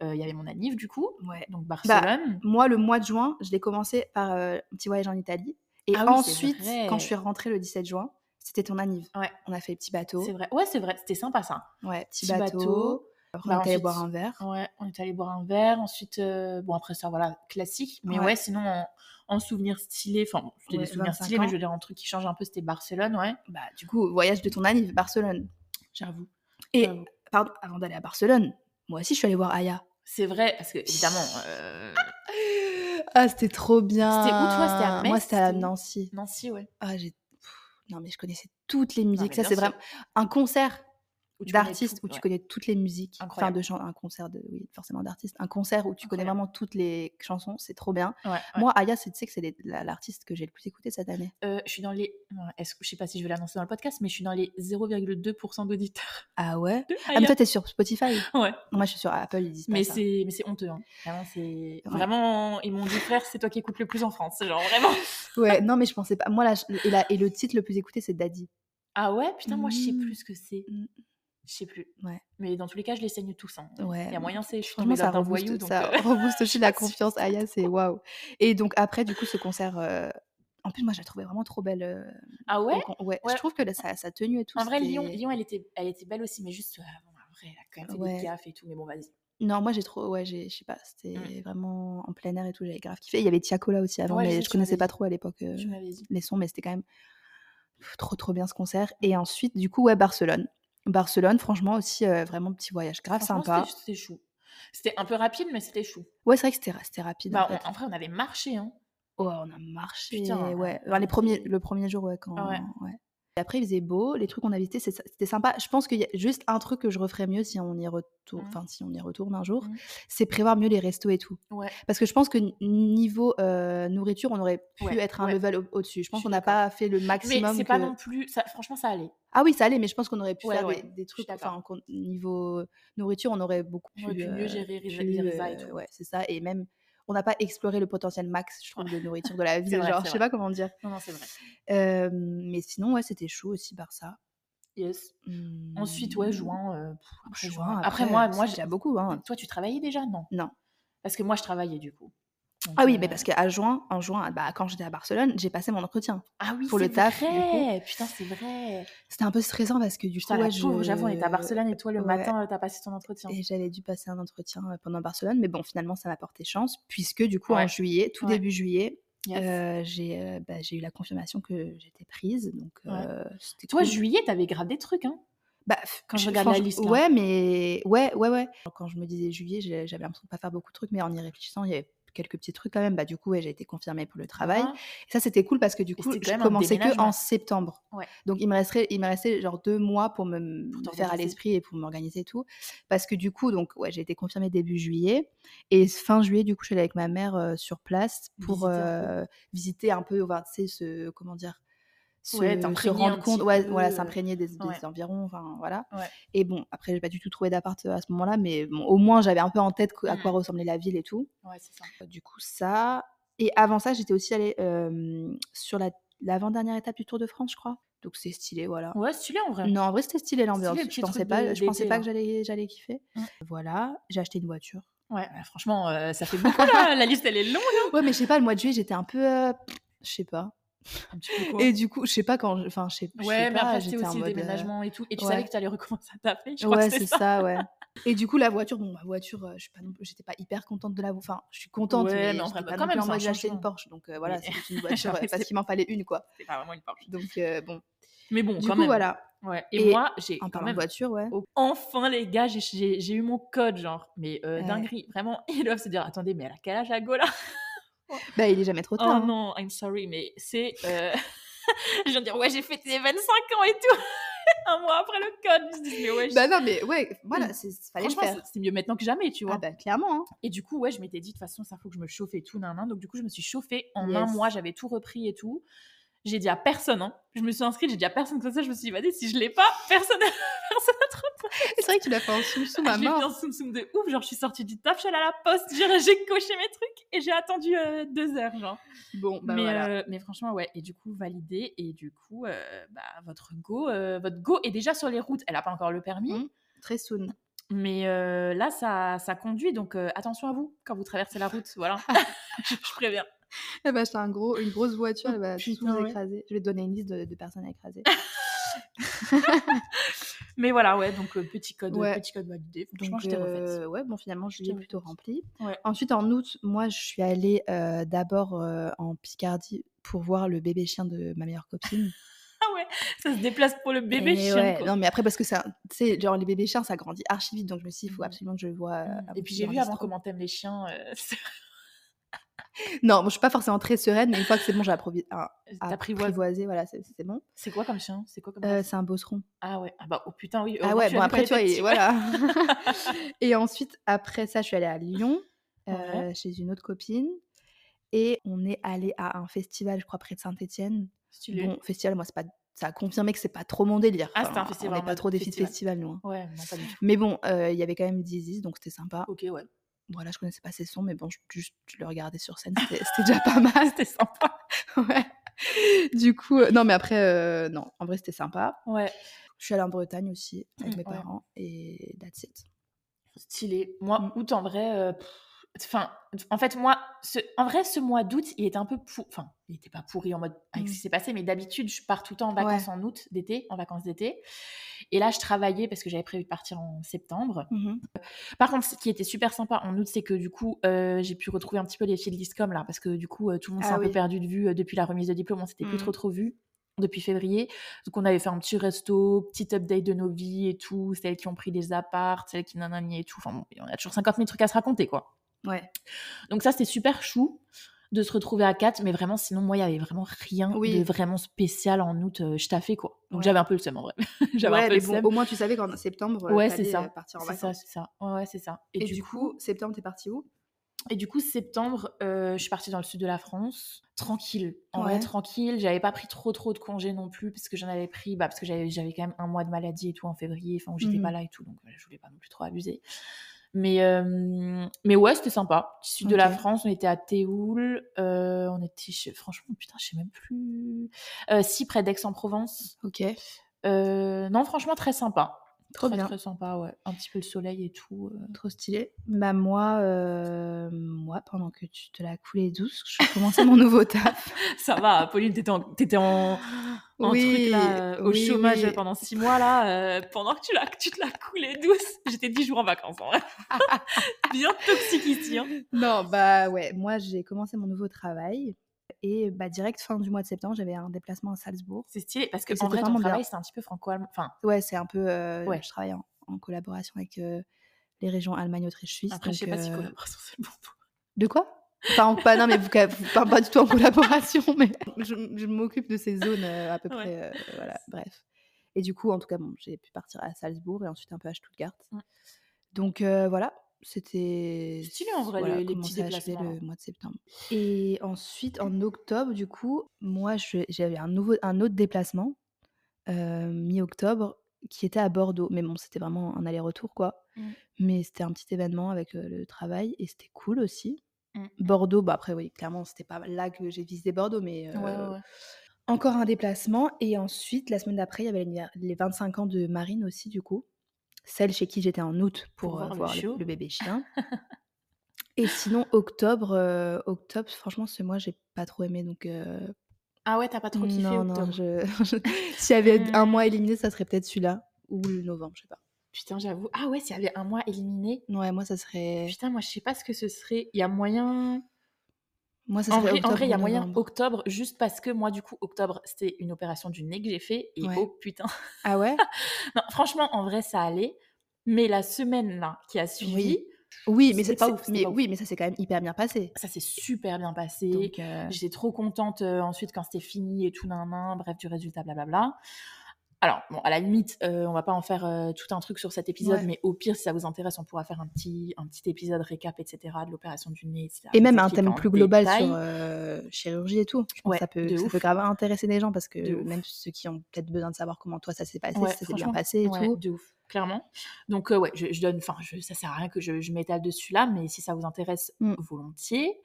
Speaker 2: euh, il y avait mon anniv du coup,
Speaker 1: Ouais.
Speaker 2: donc Barcelone.
Speaker 1: Moi, le mois de juin, je l'ai commencé par euh, un petit voyage en Italie. Et
Speaker 2: Ah oui, c'est
Speaker 1: ensuite,
Speaker 2: vrai.
Speaker 1: quand je suis rentrée le 17 juin, c'était ton anniv.
Speaker 2: Ouais.
Speaker 1: On a fait petit bateau.
Speaker 2: c'est vrai. Ouais, c'est vrai, c'était sympa ça.
Speaker 1: Ouais, petit,
Speaker 2: Petit
Speaker 1: bateau.
Speaker 2: bateau.
Speaker 1: Après, on
Speaker 2: Bah,
Speaker 1: est allé
Speaker 2: ensuite-
Speaker 1: boire un verre.
Speaker 2: Ouais, on est allé boire un verre. Ensuite, euh, bon, après ça, voilà, classique. Mais
Speaker 1: Ouais.
Speaker 2: ouais, sinon, en, en souvenir stylé, enfin, bon, c'était
Speaker 1: Ouais,
Speaker 2: des souvenirs
Speaker 1: 25
Speaker 2: stylés, mais
Speaker 1: ans.
Speaker 2: je veux dire, un truc qui change un peu, c'était Barcelone, ouais,
Speaker 1: Bah, du coup, voyage de ton anniv, Barcelone.
Speaker 2: j'avoue.
Speaker 1: Et,
Speaker 2: j'avoue.
Speaker 1: pardon, avant d'aller à Barcelone, moi aussi, je suis allée voir Aya.
Speaker 2: C'est vrai, parce que évidemment, euh,
Speaker 1: Ah, c'était trop bien.
Speaker 2: C'était où, toi C'était à
Speaker 1: Moi,
Speaker 2: Metz,
Speaker 1: c'était à
Speaker 2: c'était où
Speaker 1: Nancy.
Speaker 2: Nancy, ouais.
Speaker 1: Ah, j'ai. Pff, Non, mais je connaissais toutes les musiques. Ça,
Speaker 2: mais bien
Speaker 1: c'est
Speaker 2: sûr.
Speaker 1: vraiment un concert
Speaker 2: où tu connais
Speaker 1: d'artistes
Speaker 2: tout,
Speaker 1: où tu
Speaker 2: ouais.
Speaker 1: connais toutes les musiques. Enfin,
Speaker 2: Incroyable.
Speaker 1: de chan- un concert de. Oui, forcément d'artistes. Un concert où tu connais
Speaker 2: Incroyable.
Speaker 1: vraiment toutes les chansons. C'est trop bien.
Speaker 2: Ouais, ouais.
Speaker 1: Moi, Aya, c'est- tu sais que c'est les- la- l'artiste que j'ai le plus écouté cette année.
Speaker 2: Euh, je suis dans les. ouais, Est-ce que je sais pas si je vais l'annoncer dans le podcast, mais je suis dans les 0,2% d'auditeurs.
Speaker 1: Ah ouais
Speaker 2: de
Speaker 1: Ah, mais
Speaker 2: Aya.
Speaker 1: toi, t'es sur Spotify.
Speaker 2: Ouais.
Speaker 1: Moi, je suis sur Apple, ils disent pas
Speaker 2: Mais
Speaker 1: ça.
Speaker 2: c'est mais c'est honteux. hein. Vraiment, c'est
Speaker 1: Ouais.
Speaker 2: vraiment. Ils m'ont dit frère, c'est toi qui écoutes le plus en France. Genre vraiment.
Speaker 1: Ouais, non, mais je pensais pas. Moi, la ch- et, la- et le titre le plus écouté, c'est Daddy.
Speaker 2: Ah ouais, putain, moi je sais
Speaker 1: Mm.
Speaker 2: plus ce que c'est.
Speaker 1: Mm.
Speaker 2: Je sais plus.
Speaker 1: Ouais.
Speaker 2: Mais dans tous les cas, je les saigne tous. hein.
Speaker 1: Ouais.
Speaker 2: Il y a moyen, c'est je suis
Speaker 1: Franchement,
Speaker 2: tombée
Speaker 1: ça
Speaker 2: dans un
Speaker 1: rebooste,
Speaker 2: voyou. Donc,
Speaker 1: ça
Speaker 2: euh,
Speaker 1: rebooste aussi la
Speaker 2: je suis
Speaker 1: confiance. Aya, c'est waouh. Et donc après, du coup, ce concert, euh, en plus, moi, je la trouvais vraiment trop belle. euh,
Speaker 2: Ah
Speaker 1: au
Speaker 2: ouais.
Speaker 1: con- ouais.
Speaker 2: Ouais.
Speaker 1: Je trouve que la- sa, sa tenue et tout.
Speaker 2: En vrai,
Speaker 1: c'était-
Speaker 2: Lyon, Lyon, elle était, elle était belle aussi, mais juste euh, bon, en vrai, elle a quand même fait
Speaker 1: Ouais.
Speaker 2: des gaffes et tout. Mais bon, vas-y.
Speaker 1: Non, moi, j'ai trop. Ouais, j'ai- je sais
Speaker 2: Mmh.
Speaker 1: pas. C'était vraiment en plein air et tout. J'avais grave kiffé. Il y avait Tiakola aussi avant,
Speaker 2: Ouais, je
Speaker 1: mais
Speaker 2: sais,
Speaker 1: je
Speaker 2: tu m'avais
Speaker 1: connaissais pas
Speaker 2: dit.
Speaker 1: trop à l'époque euh,
Speaker 2: Tu m'avais dit.
Speaker 1: les sons, mais c'était quand même pff, trop, trop bien ce concert. Et ensuite, du coup, ouais, Barcelone. Barcelone, franchement, aussi euh, vraiment petit voyage grave
Speaker 2: Franchement,
Speaker 1: sympa.
Speaker 2: c'était- C'était chou. C'était un peu rapide, mais c'était chou.
Speaker 1: Ouais, c'est vrai que c'était ra- c'était rapide.
Speaker 2: Bah,
Speaker 1: en fait.
Speaker 2: on, en vrai, on avait marché. Hein.
Speaker 1: Oh, on a marché.
Speaker 2: Putain,
Speaker 1: ouais.
Speaker 2: on
Speaker 1: Enfin, les
Speaker 2: a
Speaker 1: premiers,
Speaker 2: fait-
Speaker 1: le premier jour, ouais. Quand,
Speaker 2: Ah hein. ouais.
Speaker 1: ouais. Et après, il faisait beau. Les trucs qu'on a visités, c'est- c'était sympa. Je pense qu'il y a juste un truc que je referais mieux si on y retourne,
Speaker 2: Mhm.
Speaker 1: enfin, si on y retourne un jour,
Speaker 2: Mhm.
Speaker 1: c'est prévoir mieux les restos et tout.
Speaker 2: Ouais.
Speaker 1: Parce que je pense que n- niveau euh, nourriture, on aurait pu
Speaker 2: Ouais,
Speaker 1: être un
Speaker 2: ouais.
Speaker 1: level au- au-dessus. je pense
Speaker 2: suis
Speaker 1: qu'on n'a
Speaker 2: d'accord.
Speaker 1: pas fait le
Speaker 2: Mais
Speaker 1: maximum.
Speaker 2: c'est pas
Speaker 1: que-
Speaker 2: non plus. Ça, franchement, ça allait.
Speaker 1: Ah oui, ça allait, mais je pense qu'on aurait pu
Speaker 2: Ouais,
Speaker 1: faire
Speaker 2: ouais,
Speaker 1: des, des
Speaker 2: je suis
Speaker 1: trucs.
Speaker 2: d'accord.
Speaker 1: Enfin, qu'on- niveau euh, nourriture, on aurait beaucoup
Speaker 2: On aurait pu mieux
Speaker 1: euh,
Speaker 2: gérer les-
Speaker 1: pu,
Speaker 2: les résas et
Speaker 1: euh,
Speaker 2: tout.
Speaker 1: ouais, c'est ça. Et même, on n'a pas exploré le potentiel max, je trouve, de nourriture de la ville. genre,
Speaker 2: vrai, c'est
Speaker 1: je sais
Speaker 2: vrai.
Speaker 1: pas comment dire.
Speaker 2: Non, non, c'est vrai.
Speaker 1: Euh, mais sinon, ouais, c'était chaud aussi Mmh, par ça.
Speaker 2: Yes. Ensuite, ouais, juin. euh, pff, après, juin. Après, moi,
Speaker 1: moi,
Speaker 2: moi
Speaker 1: j'ai
Speaker 2: j'ai-
Speaker 1: déjà beaucoup. Hein.
Speaker 2: Toi, tu travaillais déjà Non.
Speaker 1: Non.
Speaker 2: Parce que moi, je travaillais du coup. Donc,
Speaker 1: Ah oui,
Speaker 2: euh,
Speaker 1: mais parce qu'à juin, en juin, bah, quand j'étais à Barcelone, j'ai passé mon entretien.
Speaker 2: Ah oui,
Speaker 1: pour le
Speaker 2: c'est
Speaker 1: taf, du coup.
Speaker 2: vrai. Putain, c'est vrai.
Speaker 1: C'était un peu stressant parce que du
Speaker 2: Putain,
Speaker 1: coup,
Speaker 2: la
Speaker 1: ouais,
Speaker 2: pauvre, j'avoue, on était à
Speaker 1: je-
Speaker 2: Barcelone et toi, le
Speaker 1: ouais.
Speaker 2: matin, euh, t'as passé ton entretien.
Speaker 1: Et j'avais dû passer un entretien euh, pendant Barcelone, mais bon, finalement, ça m'a porté chance, puisque du coup, en
Speaker 2: Ouais.
Speaker 1: juillet, tout
Speaker 2: Ouais.
Speaker 1: début juillet,
Speaker 2: Yes.
Speaker 1: euh, j'ai euh, bah, j'ai eu la confirmation que j'étais prise. Donc,
Speaker 2: Ouais.
Speaker 1: euh, c'était
Speaker 2: Toi,
Speaker 1: cool.
Speaker 2: juillet, t'avais grave des trucs, hein.
Speaker 1: Bah, f-
Speaker 2: Quand je
Speaker 1: je-
Speaker 2: regarde la
Speaker 1: franch-
Speaker 2: liste, là.
Speaker 1: Ouais, mais. Ouais, ouais, ouais. Quand je me disais juillet, j'ai- j'avais l'impression de pas faire beaucoup de trucs, mais en y réfléchissant, il y avait quelques petits trucs quand même. Bah, du coup, ouais, j'ai été confirmée pour le travail.
Speaker 2: Hein.
Speaker 1: Et ça, c'était cool parce que du coup,
Speaker 2: c'était quand
Speaker 1: je
Speaker 2: même un
Speaker 1: commençais que en
Speaker 2: déménagement.
Speaker 1: septembre.
Speaker 2: Ouais.
Speaker 1: Donc, il me, resterait, il me restait genre deux mois pour me m-
Speaker 2: Pour
Speaker 1: me
Speaker 2: t'organiser.
Speaker 1: faire à l'esprit et pour m'organiser et tout. Parce que du coup, donc, ouais, j'ai été confirmée début juillet. Et fin juillet, du coup, je suis allée avec ma mère euh, sur place pour
Speaker 2: Visiter un peu.
Speaker 1: euh, visiter un peu, voir, tu sais, ce. Comment dire se,
Speaker 2: Ouais,
Speaker 1: se
Speaker 2: t'imprégner un
Speaker 1: rendre
Speaker 2: petit
Speaker 1: compte, ouais, voilà,
Speaker 2: peu, euh,
Speaker 1: s'imprégner des, des
Speaker 2: ouais.
Speaker 1: environs, enfin voilà.
Speaker 2: Ouais.
Speaker 1: Et bon, après, j'ai pas du tout trouvé d'appart euh, à ce moment-là, mais bon, au moins j'avais un peu en tête co- à quoi
Speaker 2: Mhm.
Speaker 1: ressemblait la ville et tout.
Speaker 2: Ouais, c'est ça.
Speaker 1: Euh, Du coup, ça. Et avant ça, j'étais aussi allée euh, sur la- l'avant-dernière étape du Tour de France, je crois. Donc c'est stylé, voilà.
Speaker 2: Ouais, stylé en vrai.
Speaker 1: Non, en vrai, c'était stylé l'ambiance.
Speaker 2: le petit
Speaker 1: Je pensais
Speaker 2: truc
Speaker 1: pas,
Speaker 2: de-
Speaker 1: je pensais
Speaker 2: d'été,
Speaker 1: pas
Speaker 2: là.
Speaker 1: que j'allais j'allais kiffer.
Speaker 2: Mm.
Speaker 1: Voilà, j'ai acheté une voiture.
Speaker 2: Ouais, bah, franchement, euh, ça fait beaucoup là. La liste, elle est longue. hein.
Speaker 1: Ouais, mais je sais pas, le mois de juillet, j'étais un peu. euh, je sais pas.
Speaker 2: Un petit peu, quoi.
Speaker 1: Et du coup, je sais pas quand. je- Enfin, je sais je sais
Speaker 2: Ouais, mais
Speaker 1: pas.
Speaker 2: après, c'était
Speaker 1: j'étais en
Speaker 2: aussi le
Speaker 1: mode, euh,
Speaker 2: déménagement et tout. Et tu
Speaker 1: ouais.
Speaker 2: savais que tu allais recommencer à taper. Je crois
Speaker 1: Ouais,
Speaker 2: que c'est
Speaker 1: c'est
Speaker 2: ça.
Speaker 1: ça. ouais. Et du coup, la voiture, bon, ma voiture, euh, je suis pas, non plus- j'étais pas hyper contente de la voiture. Enfin, je suis contente,
Speaker 2: Ouais,
Speaker 1: mais,
Speaker 2: mais en
Speaker 1: j'étais
Speaker 2: vrai, bah,
Speaker 1: pas
Speaker 2: quand
Speaker 1: non plus
Speaker 2: même,
Speaker 1: en
Speaker 2: c'est un
Speaker 1: mode, j'ai acheté une
Speaker 2: changement.
Speaker 1: Porsche, donc euh, voilà,
Speaker 2: Oui.
Speaker 1: c'est une voiture euh,
Speaker 2: Ouais,
Speaker 1: parce
Speaker 2: c'est-
Speaker 1: qu'il m'en fallait une, quoi.
Speaker 2: C'est pas vraiment une Porsche.
Speaker 1: Donc euh, bon,
Speaker 2: Mais bon,
Speaker 1: du
Speaker 2: quand
Speaker 1: coup,
Speaker 2: même.
Speaker 1: voilà.
Speaker 2: Ouais. Et,
Speaker 1: Et
Speaker 2: moi, j'ai
Speaker 1: En
Speaker 2: quand
Speaker 1: parlant de
Speaker 2: même.
Speaker 1: voiture, ouais.
Speaker 2: au- Enfin, les gars, j'ai- j'ai j'ai eu mon code, genre. Mais euh,
Speaker 1: Ouais.
Speaker 2: dinguerie. Vraiment, ils doivent se dire attendez, mais elle a quel âge la Gola
Speaker 1: Bah, il est jamais trop
Speaker 2: Oh
Speaker 1: tard. hein.
Speaker 2: non, I'm sorry, mais c'est. euh, je viens de dire ouais, j'ai fêté 25 ans et tout. Un mois après le code. Ils se disent mais ouais, je-
Speaker 1: Bah non, mais ouais, voilà,
Speaker 2: Mm.
Speaker 1: c'est fallait le
Speaker 2: franchement,
Speaker 1: faire.
Speaker 2: c'est- c'est mieux maintenant que jamais, tu vois.
Speaker 1: Ah bah clairement. hein.
Speaker 2: Et du coup, ouais, je m'étais dit, de toute façon, ça faut que je me chauffe et tout, nan, nan. Donc, du coup, je me suis chauffée. En un
Speaker 1: Yes.
Speaker 2: mois, j'avais tout repris et tout. J'ai dit à personne, hein. Je me suis inscrite, j'ai dit à personne comme ça. Je me suis dit, vas-y, si je l'ai pas, personne personne n'a trop.
Speaker 1: C'est vrai que tu l'as fait en sous sous ma
Speaker 2: Ah, Je l'ai fait
Speaker 1: mort.
Speaker 2: en soum soum de ouf. Genre, je suis sortie du taf, je suis allée à la poste, j'ai j'ai coché mes trucs et j'ai attendu euh, deux heures, genre.
Speaker 1: Bon, bah
Speaker 2: mais,
Speaker 1: voilà.
Speaker 2: euh, mais franchement, ouais. Et du coup, validé. Et du coup, euh, bah, votre go, euh, votre go est déjà sur les routes. Elle a pas encore le permis.
Speaker 1: Mm. Très soon.
Speaker 2: Mais euh, là, ça, ça conduit, donc euh, attention à vous quand vous traversez la route, voilà. je, je préviens.
Speaker 1: Elle va acheter Ah, bah, un gros, une grosse voiture, elle va
Speaker 2: Putain,
Speaker 1: tout vous
Speaker 2: ouais. Ah,
Speaker 1: écraser. Je vais te donner une liste de, de personnes à écraser.
Speaker 2: Mais voilà, ouais, donc euh, petit code,
Speaker 1: Ouais.
Speaker 2: petit code validé. Franchement,
Speaker 1: Donc,
Speaker 2: je t'ai refaite.
Speaker 1: euh, ouais, bon, finalement, je
Speaker 2: Je
Speaker 1: l'ai
Speaker 2: t'ai
Speaker 1: plutôt
Speaker 2: refaite.
Speaker 1: rempli.
Speaker 2: Ouais.
Speaker 1: Ensuite, en août, moi, je suis allée euh, d'abord euh, en Picardie pour voir le bébé chien de ma meilleure copine.
Speaker 2: Ah ouais, ça se déplace pour le bébé
Speaker 1: Et
Speaker 2: chien.
Speaker 1: ouais,
Speaker 2: quoi.
Speaker 1: Non, mais après, parce que ça, tu sais, genre, les bébés chiens, ça grandit archi vite. Donc, je me suis dit, il faut
Speaker 2: Mhm.
Speaker 1: absolument que je le vois. euh,
Speaker 2: Mm.
Speaker 1: avant
Speaker 2: Et puis
Speaker 1: qu'il
Speaker 2: j'ai vu
Speaker 1: grandisse
Speaker 2: avant
Speaker 1: trop.
Speaker 2: comment t'aimes les chiens. euh, c'est-
Speaker 1: Non, bon, je suis pas forcément très sereine, mais une fois que c'est bon, j'ai approvi- à-
Speaker 2: T'apprivoises.
Speaker 1: apprivoisé, voilà, c'est c'est bon.
Speaker 2: C'est quoi comme chien C'est quoi comme
Speaker 1: Ah, Euh,
Speaker 2: race
Speaker 1: c'est un bosseron.
Speaker 2: Ah ouais, ah bah oh putain oui.
Speaker 1: Ah
Speaker 2: heureusement que
Speaker 1: ouais,
Speaker 2: tu
Speaker 1: bon,
Speaker 2: l'as vu quand
Speaker 1: après, tu vois, et
Speaker 2: il était petit.
Speaker 1: voilà. et ensuite, après ça, je suis allée à Lyon, euh,
Speaker 2: Ouais.
Speaker 1: chez une autre copine. Et on est allé à un festival, je crois, près de Saint-Etienne.
Speaker 2: Stylé.
Speaker 1: Bon, festival, moi, c'est pas... ça a confirmé que c'est pas trop mon délire.
Speaker 2: Ah, c'était un
Speaker 1: Enfin,
Speaker 2: festival
Speaker 1: On
Speaker 2: en
Speaker 1: n'est pas
Speaker 2: mode
Speaker 1: trop des filles de
Speaker 2: festival.
Speaker 1: festival, nous. hein.
Speaker 2: Ouais, non pas du tout.
Speaker 1: Mais bon, euh, il y avait quand même Dizzy, donc c'était sympa.
Speaker 2: Ok ouais.
Speaker 1: Voilà, je connaissais pas ses sons, mais bon, je, juste, je le regardais sur scène, c'était c'était déjà pas mal.
Speaker 2: C'était sympa.
Speaker 1: ouais. Du coup, euh, non, mais après, euh, non, en vrai, c'était sympa.
Speaker 2: Ouais.
Speaker 1: Je suis allée en Bretagne aussi avec
Speaker 2: Mm,
Speaker 1: mes
Speaker 2: ouais.
Speaker 1: parents et that's it.
Speaker 2: Stylé. Moi,
Speaker 1: Mm.
Speaker 2: août, en vrai. euh, pff, Enfin, en fait, moi, ce, en vrai, ce mois d'août, il était un peu pour. Enfin, il était pas pourri en mode avec
Speaker 1: Mm.
Speaker 2: ce qui s'est passé, mais d'habitude, je pars tout le temps en vacances en août, d'été, en vacances d'été. Et là, je travaillais parce que j'avais prévu de partir en septembre. Par contre, ce qui était super sympa en août, c'est que du coup, euh, j'ai pu retrouver un petit peu les filles de l'ISCOM là, parce que du coup, euh, tout le monde s'est
Speaker 1: Ah
Speaker 2: un
Speaker 1: oui.
Speaker 2: peu perdu de vue euh, depuis la remise de diplôme, on s'était plus
Speaker 1: Mhm.
Speaker 2: trop trop vu depuis février. Donc, on avait fait un petit resto, petit update de nos vies et tout, celles qui ont pris des apparts, celles qui nanani et tout. Enfin, bon, on a toujours 50 000 trucs à se raconter quoi.
Speaker 1: Ouais.
Speaker 2: Donc, ça, c'était super chou de se retrouver à 4, mais vraiment, sinon, moi, il y avait vraiment rien
Speaker 1: Oui.
Speaker 2: de vraiment spécial en août. euh, je taffais quoi. Donc,
Speaker 1: Ouais.
Speaker 2: j'avais un peu le seum en vrai. j'avais un
Speaker 1: Ouais,
Speaker 2: peu
Speaker 1: mais
Speaker 2: le
Speaker 1: bon,
Speaker 2: seum.
Speaker 1: au moins tu savais qu'en septembre, euh,
Speaker 2: Ouais, c'est
Speaker 1: t'allais,
Speaker 2: ça.
Speaker 1: euh, partir en
Speaker 2: C'est ça,
Speaker 1: vacances.
Speaker 2: c'est ça. Ouais, ouais, c'est ça.
Speaker 1: Et, du, coup, septembre, t'es parti où
Speaker 2: Et du coup, septembre, euh, je suis partie dans le sud de la France, tranquille. En vrai,
Speaker 1: Ouais.
Speaker 2: tranquille. J'avais pas pris trop trop de congés non plus, parce que j'en avais pris, bah, parce que j'avais j'avais quand même un mois de maladie et tout en février, enfin où j'étais
Speaker 1: Mhm.
Speaker 2: pas là et tout, donc voilà, je voulais pas non plus trop abuser. Mais euh, mais ouais, c'était sympa. Sud de la
Speaker 1: Ok.
Speaker 2: France, on était à Théoul, euh, on était, chez- franchement, putain, je sais même plus, Euh, si près d'Aix-en-Provence.
Speaker 1: Ok,
Speaker 2: Euh, non, franchement, très sympa.
Speaker 1: trop
Speaker 2: très,
Speaker 1: bien,
Speaker 2: Très sympa, ouais. Un petit peu le soleil et tout. euh.
Speaker 1: trop stylé. Bah moi, euh, moi, pendant que tu te la coulais douce, je commençais mon nouveau taf.
Speaker 2: Ça va, Pauline, t'étais en- t'étais en... en truc là, euh, au
Speaker 1: oui,
Speaker 2: chômage
Speaker 1: oui.
Speaker 2: pendant six mois là, euh, pendant que tu, l'as, que tu te la coulais douce. J'étais dix jours en vacances en vrai. Bien toxique ici. hein.
Speaker 1: Non, bah ouais, moi j'ai commencé mon nouveau travail et bah direct fin du mois de septembre, j'avais un déplacement à Salzbourg.
Speaker 2: C'est stylé parce que
Speaker 1: Et
Speaker 2: en
Speaker 1: c'était
Speaker 2: vrai ton
Speaker 1: vraiment
Speaker 2: travail
Speaker 1: bien.
Speaker 2: c'est un petit peu franco-allemand. Enfin
Speaker 1: Ouais, c'est un peu, euh,
Speaker 2: Ouais.
Speaker 1: je travaille en, en collaboration avec euh, les régions Allemagne, Autriche, Suisse.
Speaker 2: après je sais
Speaker 1: donc,
Speaker 2: pas si
Speaker 1: euh,
Speaker 2: collaboration c'est le bon mot.
Speaker 1: De quoi Pas en pas, non, mais vous, ca- vous parlez pas du tout en collaboration, mais je, je m'occupe de ces zones euh, à peu
Speaker 2: Ouais.
Speaker 1: près. euh, voilà, bref. Et du coup, en tout cas, bon, j'ai pu partir à Salzbourg et ensuite un peu à Stuttgart.
Speaker 2: Mm.
Speaker 1: Donc euh, voilà, c'était.
Speaker 2: Stylé, en vrai, les- les
Speaker 1: comment
Speaker 2: petits
Speaker 1: ça a achevé
Speaker 2: déplacements, là.
Speaker 1: le mois de septembre. Et ensuite, en octobre, du coup, moi, je- j'avais un, nouveau, un autre déplacement, euh, mi-octobre, qui était à Bordeaux. Mais bon, c'était vraiment un aller-retour, quoi.
Speaker 2: Mm.
Speaker 1: Mais c'était un petit événement avec euh, le travail et c'était cool aussi.
Speaker 2: Mm.
Speaker 1: Bordeaux, bah après oui, clairement c'était pas là que j'ai visité Bordeaux, mais
Speaker 2: Mm. Ouais, ouais,
Speaker 1: euh,
Speaker 2: ouais.
Speaker 1: encore un déplacement. Et ensuite la semaine d'après, il y avait l'annivers- les 25 ans de Marine aussi du coup, celle chez qui j'étais en août pour, euh, voir, le,
Speaker 2: chiot.
Speaker 1: le bébé chien. Et sinon, octobre, euh, octobre, franchement, ce mois, j'ai pas trop aimé. Donc, euh,
Speaker 2: Ah ouais, t'as pas trop kiffé
Speaker 1: non, non,
Speaker 2: octobre.
Speaker 1: je... s'il y avait
Speaker 2: Hmm.
Speaker 1: un mois éliminé, ça serait peut-être celui-là ou le novembre, je sais pas.
Speaker 2: Putain, j'avoue. Ah ouais, s'il y avait un mois éliminé.
Speaker 1: Ouais, moi, ça serait.
Speaker 2: Putain, moi, je sais pas ce que ce serait. Il y a moyen.
Speaker 1: Moi, ça
Speaker 2: En
Speaker 1: serait
Speaker 2: vrai, en
Speaker 1: octobre
Speaker 2: vrai, il y a
Speaker 1: ou
Speaker 2: moyen
Speaker 1: novembre.
Speaker 2: octobre, juste parce que moi, du coup, octobre, c'était une opération du nez que j'ai fait. Et
Speaker 1: Ouais.
Speaker 2: oh putain.
Speaker 1: Ah ouais
Speaker 2: Non, franchement, en vrai, ça allait. Mais la semaine là qui a suivi,
Speaker 1: Oui. Oui, mais
Speaker 2: C'était
Speaker 1: c'est
Speaker 2: pas
Speaker 1: c'est-
Speaker 2: ouf, c'était
Speaker 1: Mais
Speaker 2: pas ouf.
Speaker 1: oui, mais ça s'est quand même hyper bien passé.
Speaker 2: ça s'est super bien passé.
Speaker 1: Donc, euh,
Speaker 2: J'étais trop contente euh, ensuite quand c'était fini et tout, nan, nan, bref, du résultat, blablabla. Alors, bon, à la limite, euh, on va pas en faire euh, tout un truc sur cet épisode,
Speaker 1: Ouais.
Speaker 2: mais au pire, si ça vous intéresse, on pourra faire un petit, un petit épisode récap, etc., de l'opération du nez, etc.
Speaker 1: Et même
Speaker 2: Vous
Speaker 1: un
Speaker 2: expliquer
Speaker 1: thème
Speaker 2: en
Speaker 1: plus global
Speaker 2: détail.
Speaker 1: sur euh, chirurgie et tout. Je pense
Speaker 2: Ouais,
Speaker 1: que ça peut,
Speaker 2: de
Speaker 1: ça
Speaker 2: ouf.
Speaker 1: peut grave intéresser des gens parce que
Speaker 2: De ouf.
Speaker 1: même ceux qui ont peut-être besoin de savoir comment toi ça s'est passé,
Speaker 2: Ouais,
Speaker 1: si ça s'est bien
Speaker 2: franchement,
Speaker 1: passé et
Speaker 2: Ouais,
Speaker 1: tout.
Speaker 2: de ouf, clairement. Donc, euh, ouais, je, je donne, enfin, je- ça sert à rien que je, je m'étale dessus là, mais si ça vous intéresse,
Speaker 1: Mm.
Speaker 2: volontiers.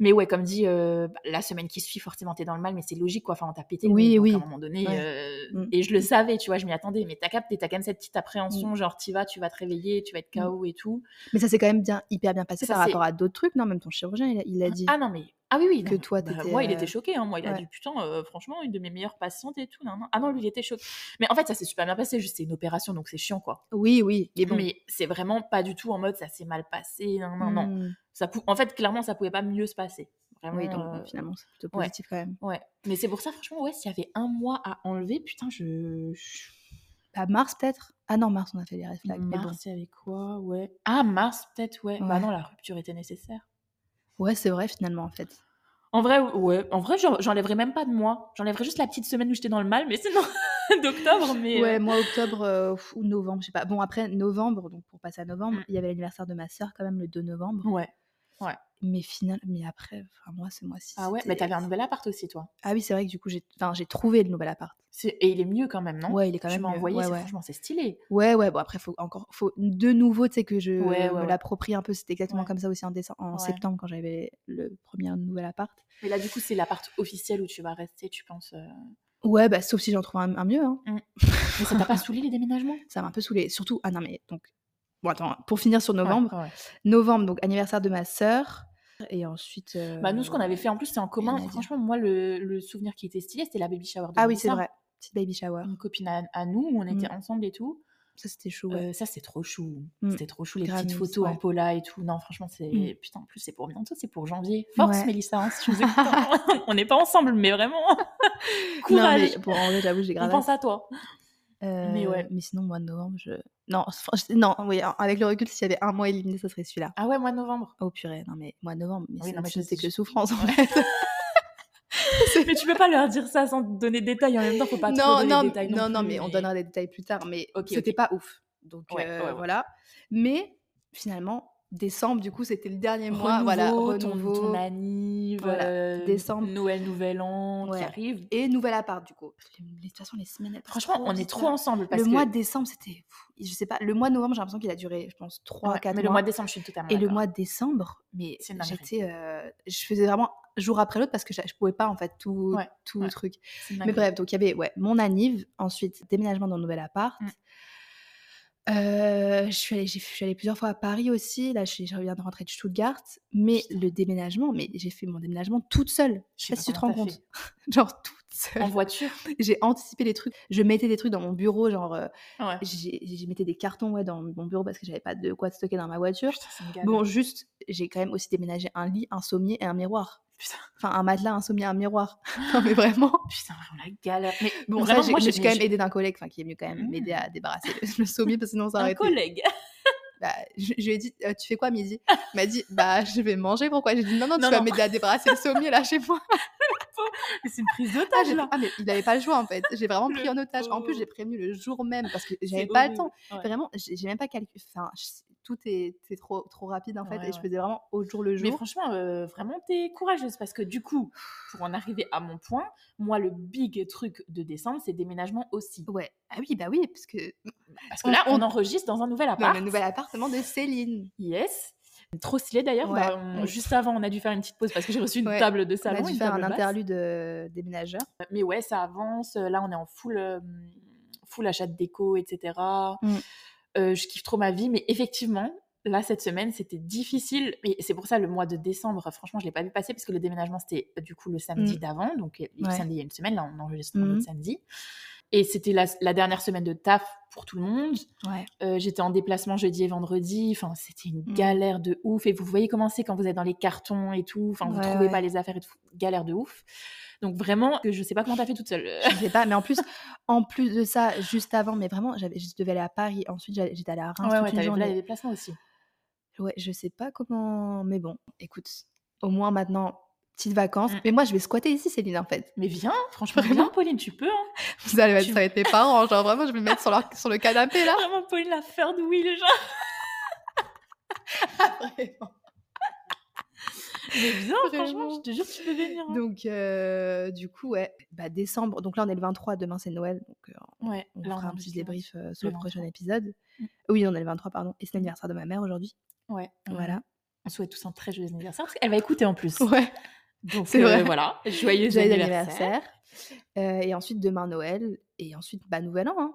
Speaker 2: Mais ouais, comme dit, euh, bah, la semaine qui suit, forcément, t'es dans le mal, mais c'est logique, quoi. Enfin, on t'a pété. le
Speaker 1: Oui,
Speaker 2: nez, donc
Speaker 1: oui.
Speaker 2: À un moment donné,
Speaker 1: Ouais.
Speaker 2: euh,
Speaker 1: Mm.
Speaker 2: et je le savais, tu vois, je m'y attendais, mais t'as capté, t'as quand même cette petite appréhension, genre, t'y vas, tu vas te réveiller, tu vas être
Speaker 1: Mm.
Speaker 2: KO et tout.
Speaker 1: Mais ça s'est quand même bien, hyper bien passé
Speaker 2: Ça
Speaker 1: par
Speaker 2: s'est-
Speaker 1: rapport à d'autres trucs. Non, même ton chirurgien, il a, il a dit.
Speaker 2: Ah non, mais. Ah oui, oui.
Speaker 1: Que
Speaker 2: non,
Speaker 1: toi,
Speaker 2: bah,
Speaker 1: t'étais,
Speaker 2: Moi, il
Speaker 1: euh,
Speaker 2: était choqué. hein, Moi, il a
Speaker 1: ouais.
Speaker 2: dit Putain, euh, franchement, une de mes meilleures patientes et tout. nan, nan. Ah non, lui, il était choqué. Mais en fait, ça s'est super bien passé. Juste, c'est une opération, donc c'est chiant, quoi.
Speaker 1: Oui, oui, mais bon.
Speaker 2: Mais c'est vraiment pas du tout en mode ça s'est mal passé. Non, non, non.
Speaker 1: Hmm,
Speaker 2: Ça pou- En fait, clairement, ça pouvait pas mieux se passer. Vraiment,
Speaker 1: Oui, donc
Speaker 2: euh,
Speaker 1: bon, finalement, c'est plutôt
Speaker 2: ouais.
Speaker 1: positif quand même.
Speaker 2: Ouais. Mais c'est pour ça, franchement, ouais, s'il y avait un mois à enlever, putain, je. je-
Speaker 1: Bah, mars peut-être Ah non, mars, on a fait les red flags. Mais bon.
Speaker 2: mars, il y avait quoi Ouais. Ah, mars, peut-être, ouais. Bah
Speaker 1: Ouais.
Speaker 2: non, la rupture était nécessaire.
Speaker 1: Ouais, c'est vrai finalement en fait.
Speaker 2: En vrai, ouais. En vrai, j'en- j'enlèverais même pas de mois. J'enlèverais juste la petite semaine où j'étais dans le mal, mais sinon, d'octobre, mais.
Speaker 1: Ouais,
Speaker 2: euh,
Speaker 1: moi octobre euh, pff, ou novembre, je sais pas. Bon, après novembre, donc pour passer à novembre,
Speaker 2: Mm.
Speaker 1: il y avait l'anniversaire de ma sœur quand même le 2 novembre.
Speaker 2: euh, Ouais.
Speaker 1: Mais final, mais après, enfin moi, ce mois-ci.
Speaker 2: Ah ouais,
Speaker 1: c'était-
Speaker 2: mais t'avais un nouvel appart aussi, toi.
Speaker 1: Ah oui, c'est vrai que du coup, j'ai, enfin, j'ai trouvé le nouvel appart.
Speaker 2: C'est- Et il est mieux quand même, non
Speaker 1: ouais, il est quand
Speaker 2: Tu
Speaker 1: même.
Speaker 2: m'as
Speaker 1: mieux.
Speaker 2: envoyé,
Speaker 1: ouais,
Speaker 2: c'est-
Speaker 1: ouais.
Speaker 2: franchement, c'est stylé.
Speaker 1: ouais, ouais. Bon après, faut encore, faut de nouveau, tu sais que je
Speaker 2: Ouais, ouais,
Speaker 1: me
Speaker 2: ouais.
Speaker 1: l'approprie un peu. C'était exactement
Speaker 2: Ouais.
Speaker 1: comme ça aussi en décembre, en
Speaker 2: Ouais.
Speaker 1: septembre quand j'avais le premier nouvel appart.
Speaker 2: Mais là, du coup, c'est l'appart officiel où tu vas rester, tu penses. euh.
Speaker 1: Ouais, bah sauf si j'en trouve un, un mieux. hein.
Speaker 2: Mais ça t'a pas saoulé les déménagements
Speaker 1: Ça m'a un peu saoulé. Surtout, ah non mais donc. Bon attends, pour finir sur novembre,
Speaker 2: Ouais, ouais.
Speaker 1: novembre donc anniversaire de ma sœur et ensuite.
Speaker 2: Bah, nous, ce qu'on
Speaker 1: euh,
Speaker 2: avait fait en plus, c'est en
Speaker 1: rien à
Speaker 2: commun.
Speaker 1: dire.
Speaker 2: Franchement, moi, le, le souvenir qui était stylé, c'était la baby shower de
Speaker 1: Ah oui, c'est
Speaker 2: Mélissa.
Speaker 1: vrai. Petite baby shower.
Speaker 2: Une copine à, à nous, où on était
Speaker 1: Mm.
Speaker 2: ensemble et tout.
Speaker 1: Ça c'était chaud. ouais.
Speaker 2: Euh, ça, c'est trop chou.
Speaker 1: Mm.
Speaker 2: C'était trop chou, les
Speaker 1: Grave,
Speaker 2: petites
Speaker 1: Mélissa,
Speaker 2: photos en
Speaker 1: ouais.
Speaker 2: Pola et tout. Non, franchement, c'est.
Speaker 1: Mm.
Speaker 2: Putain, en plus, c'est pour bientôt, c'est pour janvier. Force,
Speaker 1: Ouais.
Speaker 2: Mélissa, hein, si tu nous écoutes, hein. on n'est pas ensemble, mais vraiment. Euh, Courage.
Speaker 1: Non mais bon, en vrai, j'avoue, j'ai
Speaker 2: on
Speaker 1: grave.
Speaker 2: pense à toi. Mais
Speaker 1: Euh,
Speaker 2: ouais.
Speaker 1: Mais sinon, mois de novembre, je. Non, franch- non, oui, en- avec le recul, s'il y avait un mois éliminé, ça serait celui-là.
Speaker 2: Ah ouais, mois de novembre.
Speaker 1: Oh purée, non mais mois de novembre, mais
Speaker 2: Oui,
Speaker 1: c'est-
Speaker 2: non, mais je-
Speaker 1: c'était que
Speaker 2: je-
Speaker 1: souffrance en
Speaker 2: Ouais.
Speaker 1: fait.
Speaker 2: mais tu peux pas leur dire ça sans donner de détails. En même temps, faut pas trop
Speaker 1: non,
Speaker 2: donner
Speaker 1: non,
Speaker 2: de détails.
Speaker 1: non, non,
Speaker 2: plus,
Speaker 1: mais on donnera des détails plus tard, mais
Speaker 2: Ok,
Speaker 1: c'était
Speaker 2: ok.
Speaker 1: pas ouf. Donc
Speaker 2: Ouais,
Speaker 1: euh,
Speaker 2: ouais, ouais.
Speaker 1: voilà. Mais finalement, décembre, du coup, c'était le dernier mois.
Speaker 2: Renouveau,
Speaker 1: voilà,
Speaker 2: ton,
Speaker 1: renouveau.
Speaker 2: ton anniv,
Speaker 1: Voilà,
Speaker 2: euh,
Speaker 1: décembre.
Speaker 2: Noël, Nouvel An
Speaker 1: Ouais.
Speaker 2: qui arrive.
Speaker 1: Et nouvel appart, du coup. Les- De toute façon, les semaines. elles passent
Speaker 2: Franchement, on est
Speaker 1: vite,
Speaker 2: trop
Speaker 1: là.
Speaker 2: ensemble parce
Speaker 1: Le
Speaker 2: que
Speaker 1: mois de décembre, c'était. fou. Je sais pas. Le mois de novembre, j'ai l'impression qu'il a duré, je pense,
Speaker 2: Ouais,
Speaker 1: 3-4 mois.
Speaker 2: mais le mois de décembre, je suis totalement
Speaker 1: Et le
Speaker 2: d'accord.
Speaker 1: mois de décembre, mais
Speaker 2: C'est une dinguerie.
Speaker 1: j'étais, euh, je faisais vraiment jour après l'autre parce que je, je pouvais pas en fait tout,
Speaker 2: Ouais,
Speaker 1: tout
Speaker 2: ouais.
Speaker 1: le truc.
Speaker 2: C'est une
Speaker 1: Mais
Speaker 2: dinguerie.
Speaker 1: bref, donc il y avait ouais mon anniv, ensuite déménagement dans le nouvel appart.
Speaker 2: Mm.
Speaker 1: Euh, je suis allée, j'ai- je suis allée plusieurs fois à Paris aussi. Là, je, suis- je reviens de rentrer de Stuttgart, mais le déménagement, mais j'ai fait mon déménagement toute seule. Je sais pas si tu te
Speaker 2: comment
Speaker 1: rends
Speaker 2: t'as
Speaker 1: compte, genre toute seule.
Speaker 2: En voiture
Speaker 1: J'ai anticipé les trucs. Je mettais des trucs dans mon bureau, genre euh,
Speaker 2: Ouais.
Speaker 1: j'ai- j'y mettais des cartons ouais dans mon bureau parce que j'avais pas de quoi stocker dans ma voiture.
Speaker 2: Putain, c'est une galère.
Speaker 1: Bon, juste, j'ai quand même aussi déménagé un lit, un sommier et un miroir.
Speaker 2: Putain.
Speaker 1: Enfin, un matelas, un sommier, un miroir. non, mais vraiment.
Speaker 2: Putain, vraiment la galère. Mais
Speaker 1: Bon,
Speaker 2: vraiment,
Speaker 1: ça, j'ai-
Speaker 2: moi,
Speaker 1: je
Speaker 2: j'ai-
Speaker 1: me suis quand
Speaker 2: mais
Speaker 1: même aidée d'un collègue, enfin, qui est venu quand même m'aider à débarrasser le, le sommier parce que sinon, ça
Speaker 2: Un
Speaker 1: aurait été.
Speaker 2: collègue.
Speaker 1: Bah, je, je lui ai dit, Euh, tu fais quoi à midi Il m'a dit, bah, je vais manger. Pourquoi J'ai dit, non, non, tu
Speaker 2: Non,
Speaker 1: vas
Speaker 2: non.
Speaker 1: m'aider à débarrasser le sommier là chez moi.
Speaker 2: Mais C'est une prise
Speaker 1: Ah,
Speaker 2: d'otage,
Speaker 1: j'ai-
Speaker 2: là.
Speaker 1: ah, mais il avait pas le choix en fait. J'ai vraiment
Speaker 2: Le
Speaker 1: pris en otage. En plus,
Speaker 2: pauvre.
Speaker 1: j'ai prévenu le jour même parce que
Speaker 2: C'est
Speaker 1: j'avais pas le
Speaker 2: horrible.
Speaker 1: temps.
Speaker 2: Ouais.
Speaker 1: Vraiment, j'ai j'ai même pas calculé. Enfin, je- tout est, c'est trop, trop rapide en fait.
Speaker 2: Ouais,
Speaker 1: et je
Speaker 2: ouais.
Speaker 1: faisais vraiment au jour le
Speaker 2: Mais
Speaker 1: jour.
Speaker 2: franchement, euh, vraiment, t'es courageuse parce que du coup, pour en arriver à mon point, moi, le big truc de décembre, c'est déménagement aussi.
Speaker 1: Ouais. Ah oui, bah oui, parce que
Speaker 2: Parce que
Speaker 1: On-
Speaker 2: là, on
Speaker 1: on-
Speaker 2: enregistre dans un nouvel
Speaker 1: Dans
Speaker 2: appart.
Speaker 1: le nouvel appartement de Céline.
Speaker 2: Yes. Trop stylé d'ailleurs.
Speaker 1: Ouais.
Speaker 2: Bah, on-
Speaker 1: Mm.
Speaker 2: juste avant, on a dû faire une petite pause parce que j'ai reçu une
Speaker 1: Ouais.
Speaker 2: table de
Speaker 1: On
Speaker 2: salon.
Speaker 1: a dû
Speaker 2: une
Speaker 1: faire un
Speaker 2: table basse.
Speaker 1: interlude euh, déménageur.
Speaker 2: Mais ouais, ça avance. Là, on est en full, euh, full achat de déco, etc.
Speaker 1: Mm.
Speaker 2: Euh, je kiffe trop ma vie. Mais effectivement, Là, cette semaine, c'était difficile. Et c'est pour ça, le mois de décembre, franchement, je ne l'ai pas vu passer parce que le déménagement, c'était euh, du coup le samedi
Speaker 1: Mm.
Speaker 2: d'avant. Donc, le
Speaker 1: Ouais.
Speaker 2: samedi, il y a une semaine. Là, on enregistre
Speaker 1: Mhm.
Speaker 2: le samedi. Et c'était la, la dernière semaine de taf pour tout le monde.
Speaker 1: Ouais.
Speaker 2: Euh, J'étais en déplacement jeudi et vendredi. Enfin, c'était une
Speaker 1: Mm.
Speaker 2: galère de ouf. Et vous voyez comment c'est quand vous êtes dans les cartons et tout. Enfin, vous
Speaker 1: Ouais,
Speaker 2: trouvez
Speaker 1: ouais.
Speaker 2: pas les affaires et tout. Galère de ouf. Donc, vraiment, que je sais pas comment t'as fait toute seule.
Speaker 1: Je sais pas, mais en plus, en plus de ça, juste avant, mais vraiment, j'avais, je devais aller à Paris. Ensuite, j'allais- j'étais allée à Reims
Speaker 2: ouais,
Speaker 1: toute
Speaker 2: ouais,
Speaker 1: une
Speaker 2: t'avais
Speaker 1: journée.
Speaker 2: là les déplacements aussi.
Speaker 1: Ouais, je sais pas comment, mais bon, écoute, au moins maintenant, petites vacances.
Speaker 2: Mm.
Speaker 1: Mais moi, je vais squatter ici, Céline, en fait.
Speaker 2: Mais viens, franchement,
Speaker 1: Vraiment
Speaker 2: viens, Pauline, tu peux. hein.
Speaker 1: Vous allez
Speaker 2: Tu-
Speaker 1: mettre ça avec tes parents, genre vraiment, je vais me mettre sur, leur- sur le canapé là.
Speaker 2: Vraiment, Pauline, la faire de oui, les gens.
Speaker 1: Vraiment.
Speaker 2: Mais viens, franchement,
Speaker 1: Vraiment.
Speaker 2: je te jure, tu peux venir. hein.
Speaker 1: Donc, euh, du coup, ouais, bah, décembre. Donc là, on est le 23, demain c'est Noël. Donc, euh,
Speaker 2: ouais,
Speaker 1: on
Speaker 2: là, on
Speaker 1: fera un petit
Speaker 2: enregistre.
Speaker 1: débrief euh, sur
Speaker 2: le
Speaker 1: le, Mmh. prochain
Speaker 2: 23.
Speaker 1: épisode.
Speaker 2: Mm.
Speaker 1: Oui, on est le 23, pardon. Et c'est
Speaker 2: Mm.
Speaker 1: l'anniversaire de ma mère aujourd'hui.
Speaker 2: Ouais. on-
Speaker 1: Voilà.
Speaker 2: On souhaite tous un très joyeux anniversaire parce qu'elle va écouter en plus.
Speaker 1: Ouais.
Speaker 2: Donc, euh,
Speaker 1: c'est vrai.
Speaker 2: Voilà, joyeux,
Speaker 1: Joyeux
Speaker 2: anniversaire.
Speaker 1: anniversaire. Euh, et ensuite, demain Noël. Et ensuite, bah, Nouvel An. hein.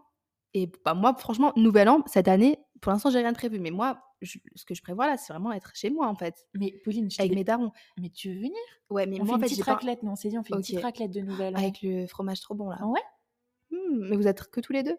Speaker 1: Et bah, moi, franchement, Nouvel An, cette année, pour l'instant, j'ai rien de prévu. Mais moi, je- ce que je prévois là, c'est vraiment être chez moi, en fait,
Speaker 2: Mais Pauline, je t'ai-
Speaker 1: avec mes darons.
Speaker 2: mais tu veux venir
Speaker 1: Ouais, mais
Speaker 2: On fait
Speaker 1: moi, en
Speaker 2: une
Speaker 1: fait, j'ai
Speaker 2: petite
Speaker 1: pas...
Speaker 2: raclette, non, on s'est dit, on fait une
Speaker 1: Ok.
Speaker 2: petite raclette de nouvelles. hein.
Speaker 1: Avec le fromage trop bon, là.
Speaker 2: Ah ouais
Speaker 1: Hmm, mais vous êtes que tous les deux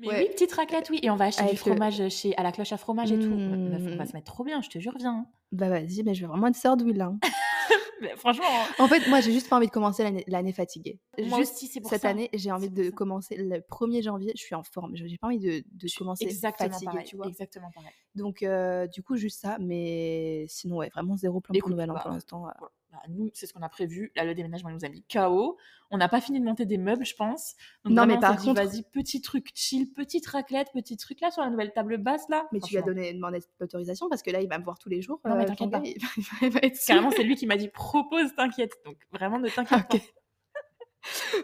Speaker 2: Mais
Speaker 1: ouais.
Speaker 2: oui, petite raclette, oui. Et on va acheter du
Speaker 1: Avec le-
Speaker 2: fromage chez... à la cloche à fromage et tout. Meuf, on va
Speaker 1: Mm.
Speaker 2: se mettre trop bien, je te jure, viens.
Speaker 1: Bah vas-y, mais je vais vraiment être sœur d'huile, là. hein.
Speaker 2: Mais franchement, hein,
Speaker 1: en fait, moi, j'ai juste pas envie de commencer l'année- l'année fatiguée.
Speaker 2: moi
Speaker 1: juste
Speaker 2: aussi, c'est pour
Speaker 1: cette
Speaker 2: ça.
Speaker 1: année, j'ai envie
Speaker 2: C'est pour
Speaker 1: de
Speaker 2: ça.
Speaker 1: commencer le 1er janvier, je suis en forme. J'ai pas envie de, de commencer
Speaker 2: Exactement
Speaker 1: fatiguée,
Speaker 2: pareil,
Speaker 1: tu vois.
Speaker 2: Exactement pareil.
Speaker 1: Donc, euh, du coup, juste ça, mais sinon, ouais, vraiment zéro plan
Speaker 2: Écoute,
Speaker 1: pour Nouvel An
Speaker 2: bah,
Speaker 1: pour l'instant. euh.
Speaker 2: Voilà. Bah, nous, c'est ce qu'on a prévu. Là, le déménagement, il nous a mis KO. On n'a pas fini de monter des meubles, je pense. Donc,
Speaker 1: Non,
Speaker 2: vraiment,
Speaker 1: mais
Speaker 2: on
Speaker 1: par
Speaker 2: s'est dit,
Speaker 1: contre-
Speaker 2: vas-y, petit truc chill, petite raclette, petit truc là sur la nouvelle table basse là.
Speaker 1: Mais tu lui as
Speaker 2: Franchement.
Speaker 1: donné demandé l'autorisation parce que là, il va me voir tous les jours.
Speaker 2: Non, mais
Speaker 1: euh,
Speaker 2: t'inquiète
Speaker 1: ton
Speaker 2: pas.
Speaker 1: gars, Il va, il va- il va être sûr.
Speaker 2: Carrément, c'est lui qui m'a dit propose, t'inquiète. Donc, vraiment, ne t'inquiète
Speaker 1: Ok. Ah,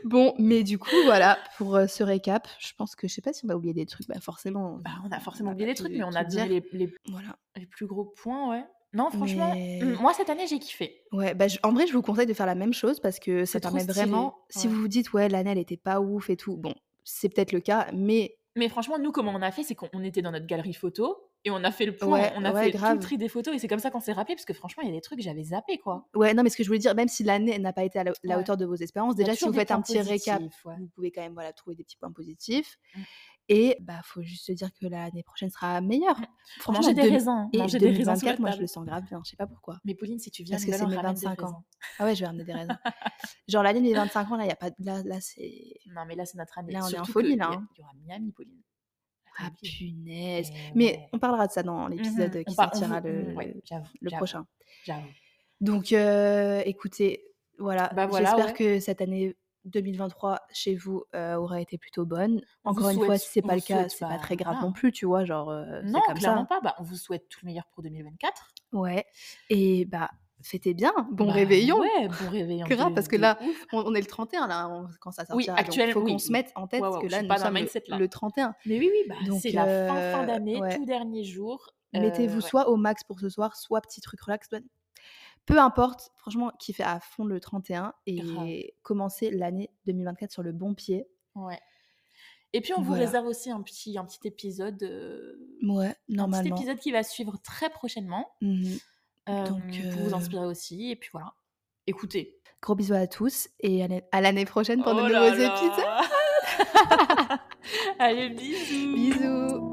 Speaker 1: Bon, mais du coup, voilà, pour euh, ce récap, je pense que je sais pas si on va oublier des trucs. Bah, forcément.
Speaker 2: pas. Bah, on a forcément
Speaker 1: va
Speaker 2: oublié
Speaker 1: pas
Speaker 2: des trucs,
Speaker 1: tout-
Speaker 2: mais on a
Speaker 1: tout
Speaker 2: donné les, les-
Speaker 1: Voilà.
Speaker 2: les plus gros points, ouais. Non, franchement,
Speaker 1: Mais-
Speaker 2: mm, moi, cette année, j'ai kiffé.
Speaker 1: Ouais, bah, je- en vrai, je vous conseille de faire la même chose parce que ça
Speaker 2: C'est trop
Speaker 1: permet
Speaker 2: stylé,
Speaker 1: vraiment. Si
Speaker 2: ouais.
Speaker 1: vous vous dites, ouais, l'année, elle était pas ouf et tout, bon, c'est peut-être le cas, mais
Speaker 2: Mais franchement, nous, comment on a fait, c'est qu'on on était dans notre galerie photo et on a fait le point,
Speaker 1: Ouais,
Speaker 2: on a
Speaker 1: ouais,
Speaker 2: fait
Speaker 1: grave.
Speaker 2: tout le tri des photos et c'est comme ça qu'on s'est rappelé parce que franchement, il y a des trucs que j'avais zappé, quoi.
Speaker 1: Ouais, non, mais ce que je voulais dire, même si l'année n'a pas été à la, la
Speaker 2: Ouais.
Speaker 1: hauteur de vos espérances,
Speaker 2: Il y a
Speaker 1: déjà, si
Speaker 2: toujours
Speaker 1: vous
Speaker 2: des
Speaker 1: faites un
Speaker 2: points
Speaker 1: petit récap,
Speaker 2: positifs, ouais.
Speaker 1: vous pouvez quand même voilà, trouver des petits points positifs.
Speaker 2: Mm.
Speaker 1: Et bah, faut juste se dire que l'année prochaine sera meilleure.
Speaker 2: Mm.
Speaker 1: Franchement,
Speaker 2: Manger des
Speaker 1: deux-
Speaker 2: raisins,
Speaker 1: et
Speaker 2: manger des raisins sous la
Speaker 1: 2024, moi, je
Speaker 2: table.
Speaker 1: le sens grave bien. Je sais pas pourquoi.
Speaker 2: Mais Pauline, si tu viens,
Speaker 1: Parce que c'est
Speaker 2: Nouvel An,
Speaker 1: mes
Speaker 2: ramène des
Speaker 1: 25 ans.
Speaker 2: raisins.
Speaker 1: Ah ouais, je vais ramener des raisins. Genre, l'année de mes 25 ans, là, y a pas, de- là, là c'est.
Speaker 2: Non, mais là, c'est notre année.
Speaker 1: Là, on est en
Speaker 2: Surtout
Speaker 1: folie,
Speaker 2: que
Speaker 1: là,
Speaker 2: Il y a-
Speaker 1: hein.
Speaker 2: il y aura Miami, Pauline. T'as
Speaker 1: Ah
Speaker 2: oublié.
Speaker 1: punaise.
Speaker 2: Eh
Speaker 1: Mais
Speaker 2: ouais.
Speaker 1: on parlera de ça dans l'épisode
Speaker 2: Mhm.
Speaker 1: qui
Speaker 2: On par- on
Speaker 1: sortira
Speaker 2: vous-
Speaker 1: le,
Speaker 2: mm, ouais, j'avoue,
Speaker 1: le
Speaker 2: j'avoue,
Speaker 1: prochain.
Speaker 2: J'avoue.
Speaker 1: Donc, euh, écoutez, voilà.
Speaker 2: Bah voilà,
Speaker 1: J'espère
Speaker 2: ouais.
Speaker 1: que cette année 2023 chez vous euh, aura été plutôt bonne.
Speaker 2: On vous
Speaker 1: Encore une
Speaker 2: souhaite-
Speaker 1: fois, si c'est
Speaker 2: on
Speaker 1: pas le
Speaker 2: vous
Speaker 1: cas,
Speaker 2: souhaite
Speaker 1: c'est pas
Speaker 2: pas-
Speaker 1: très grave
Speaker 2: voilà.
Speaker 1: non plus, tu vois. Genre, euh,
Speaker 2: Non,
Speaker 1: c'est comme
Speaker 2: clairement
Speaker 1: ça.
Speaker 2: pas. Bah, on vous souhaite tout le meilleur pour 2024.
Speaker 1: Ouais. Et bah, fêtez bien. Bon
Speaker 2: Bah,
Speaker 1: réveillon.
Speaker 2: Ouais, bon réveillon.
Speaker 1: Grave,
Speaker 2: de-
Speaker 1: parce que
Speaker 2: de
Speaker 1: là,
Speaker 2: ouf.
Speaker 1: On, on est le 31 là, on- quand ça
Speaker 2: Oui,
Speaker 1: sortira.
Speaker 2: actuel-
Speaker 1: donc, faut
Speaker 2: oui,
Speaker 1: qu'on
Speaker 2: oui.
Speaker 1: se mette en tête
Speaker 2: Ouais, ouais,
Speaker 1: que
Speaker 2: je
Speaker 1: là,
Speaker 2: suis
Speaker 1: nous
Speaker 2: pas dans le
Speaker 1: sommes le-
Speaker 2: mindset, là.
Speaker 1: le 31.
Speaker 2: Mais oui, oui, bah,
Speaker 1: Donc,
Speaker 2: c'est la fin, fin
Speaker 1: euh,
Speaker 2: d'année,
Speaker 1: ouais.
Speaker 2: tout dernier jour. euh,
Speaker 1: Mettez-vous
Speaker 2: ouais.
Speaker 1: soit au max pour ce soir, soit petit truc relax. soit- Peu importe, franchement, kiffez à fond le 31 et commencez l'année 2024 sur le bon pied.
Speaker 2: Ouais. Et puis on vous
Speaker 1: Voilà.
Speaker 2: réserve aussi un petit, un petit épisode, euh,
Speaker 1: Ouais,
Speaker 2: un petit
Speaker 1: normalement.
Speaker 2: épisode qui va suivre très prochainement,
Speaker 1: Mhm.
Speaker 2: euh,
Speaker 1: Donc,
Speaker 2: pour vous
Speaker 1: euh,
Speaker 2: inspirer aussi. Et puis voilà, écoutez.
Speaker 1: Gros bisous à tous et à l'année- à l'année prochaine pour de
Speaker 2: Oh
Speaker 1: nouveaux
Speaker 2: là
Speaker 1: épisodes.
Speaker 2: là Allez, bisous.
Speaker 1: Bisous.